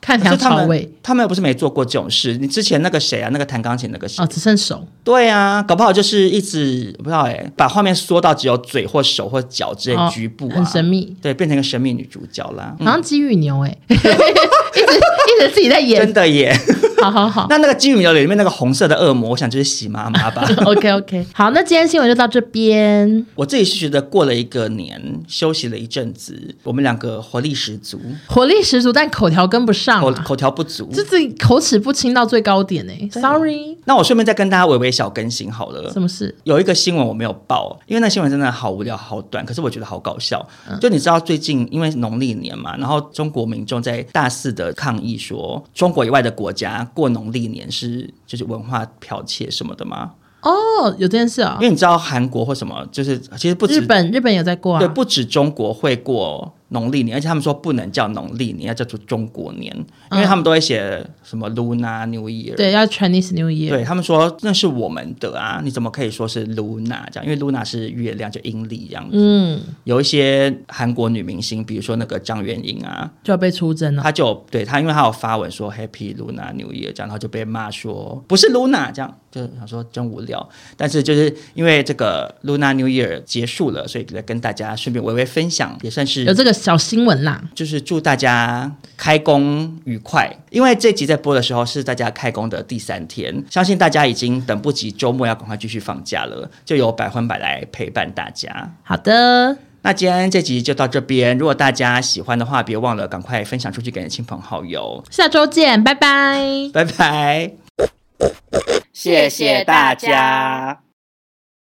Speaker 1: 看
Speaker 3: 可
Speaker 1: 梁
Speaker 3: 是他
Speaker 1: 朝
Speaker 3: 们
Speaker 1: 伟
Speaker 3: 他们又不是没做过这种事。你之前那个谁啊，那个弹钢琴那个谁？
Speaker 1: 哦，只剩手。
Speaker 3: 对啊，搞不好就是一直不知道哎、把画面缩到只有嘴或手或脚之类
Speaker 1: 哦
Speaker 3: 局部啊，
Speaker 1: 很神秘，
Speaker 3: 对，变成一个神秘女主角啦。嗯
Speaker 1: 好像鸡与牛哎、欸，一 直一直自己在演
Speaker 3: 真。的 耶！
Speaker 1: 好好好
Speaker 3: 那那个《金鱼鸟》里面那个红色的恶魔，我想就是喜妈妈吧。
Speaker 1: ，OK OK，好，那今天新闻就到这边。
Speaker 3: 我自己是觉得过了一个年，休息了一阵子，我们两个活力十足，
Speaker 1: 火力十足，但口条跟不上、
Speaker 3: 口
Speaker 1: 啊，
Speaker 3: 口条不足。
Speaker 1: 就自己口齿不清到最高点哎、Sorry，
Speaker 3: 那我顺便再跟大家微微小更新好了。
Speaker 1: 什么事？
Speaker 3: 有一个新闻我没有报，因为那新闻真的好无聊、好短，可是我觉得好搞笑。就你知道，最近因为农历年嘛，然后中国民众在大肆的抗议说，中国以外的国家过农历年是就是文化剽窃什么的嘛。
Speaker 1: 哦，有这件事哦
Speaker 3: 因。为你知道韩国或什么，就是其实不止
Speaker 1: 日本日本有在过啊
Speaker 3: 对，，不止中国会过农历年，而且他们说不能叫农历年，要叫做中国年，因为他们都会写什么 Luna New Year，
Speaker 1: 对，要 Chinese New Year，
Speaker 3: 对他们说那是我们的啊，你怎么可以说是 Luna 这样？因为 Luna 是月亮，就阴历这样子。
Speaker 1: 嗯，
Speaker 3: 有一些韩国女明星，比如说那个张元英啊，
Speaker 1: 就要被出征了。
Speaker 3: 她就有对她，因为她有发文说 Happy Luna New Year 这样，然后就被骂说不是 Luna 这样，就想说真无聊。但是就是因为这个 Luna New Year 结束了，所以来跟大家顺便微微分享，也算是
Speaker 1: 有这个小新闻啦，
Speaker 3: 就是祝大家开工愉快，因为这集在播的时候是大家开工的第三天，相信大家已经等不及周末要赶快继续放假了，就由百分百来陪伴大家。
Speaker 1: 好的，
Speaker 3: 那今天这集就到这边，如果大家喜欢的话，别忘了赶快分享出去给你的亲朋好友，
Speaker 1: 下周见，拜拜。
Speaker 3: 拜拜，
Speaker 2: 谢谢大家。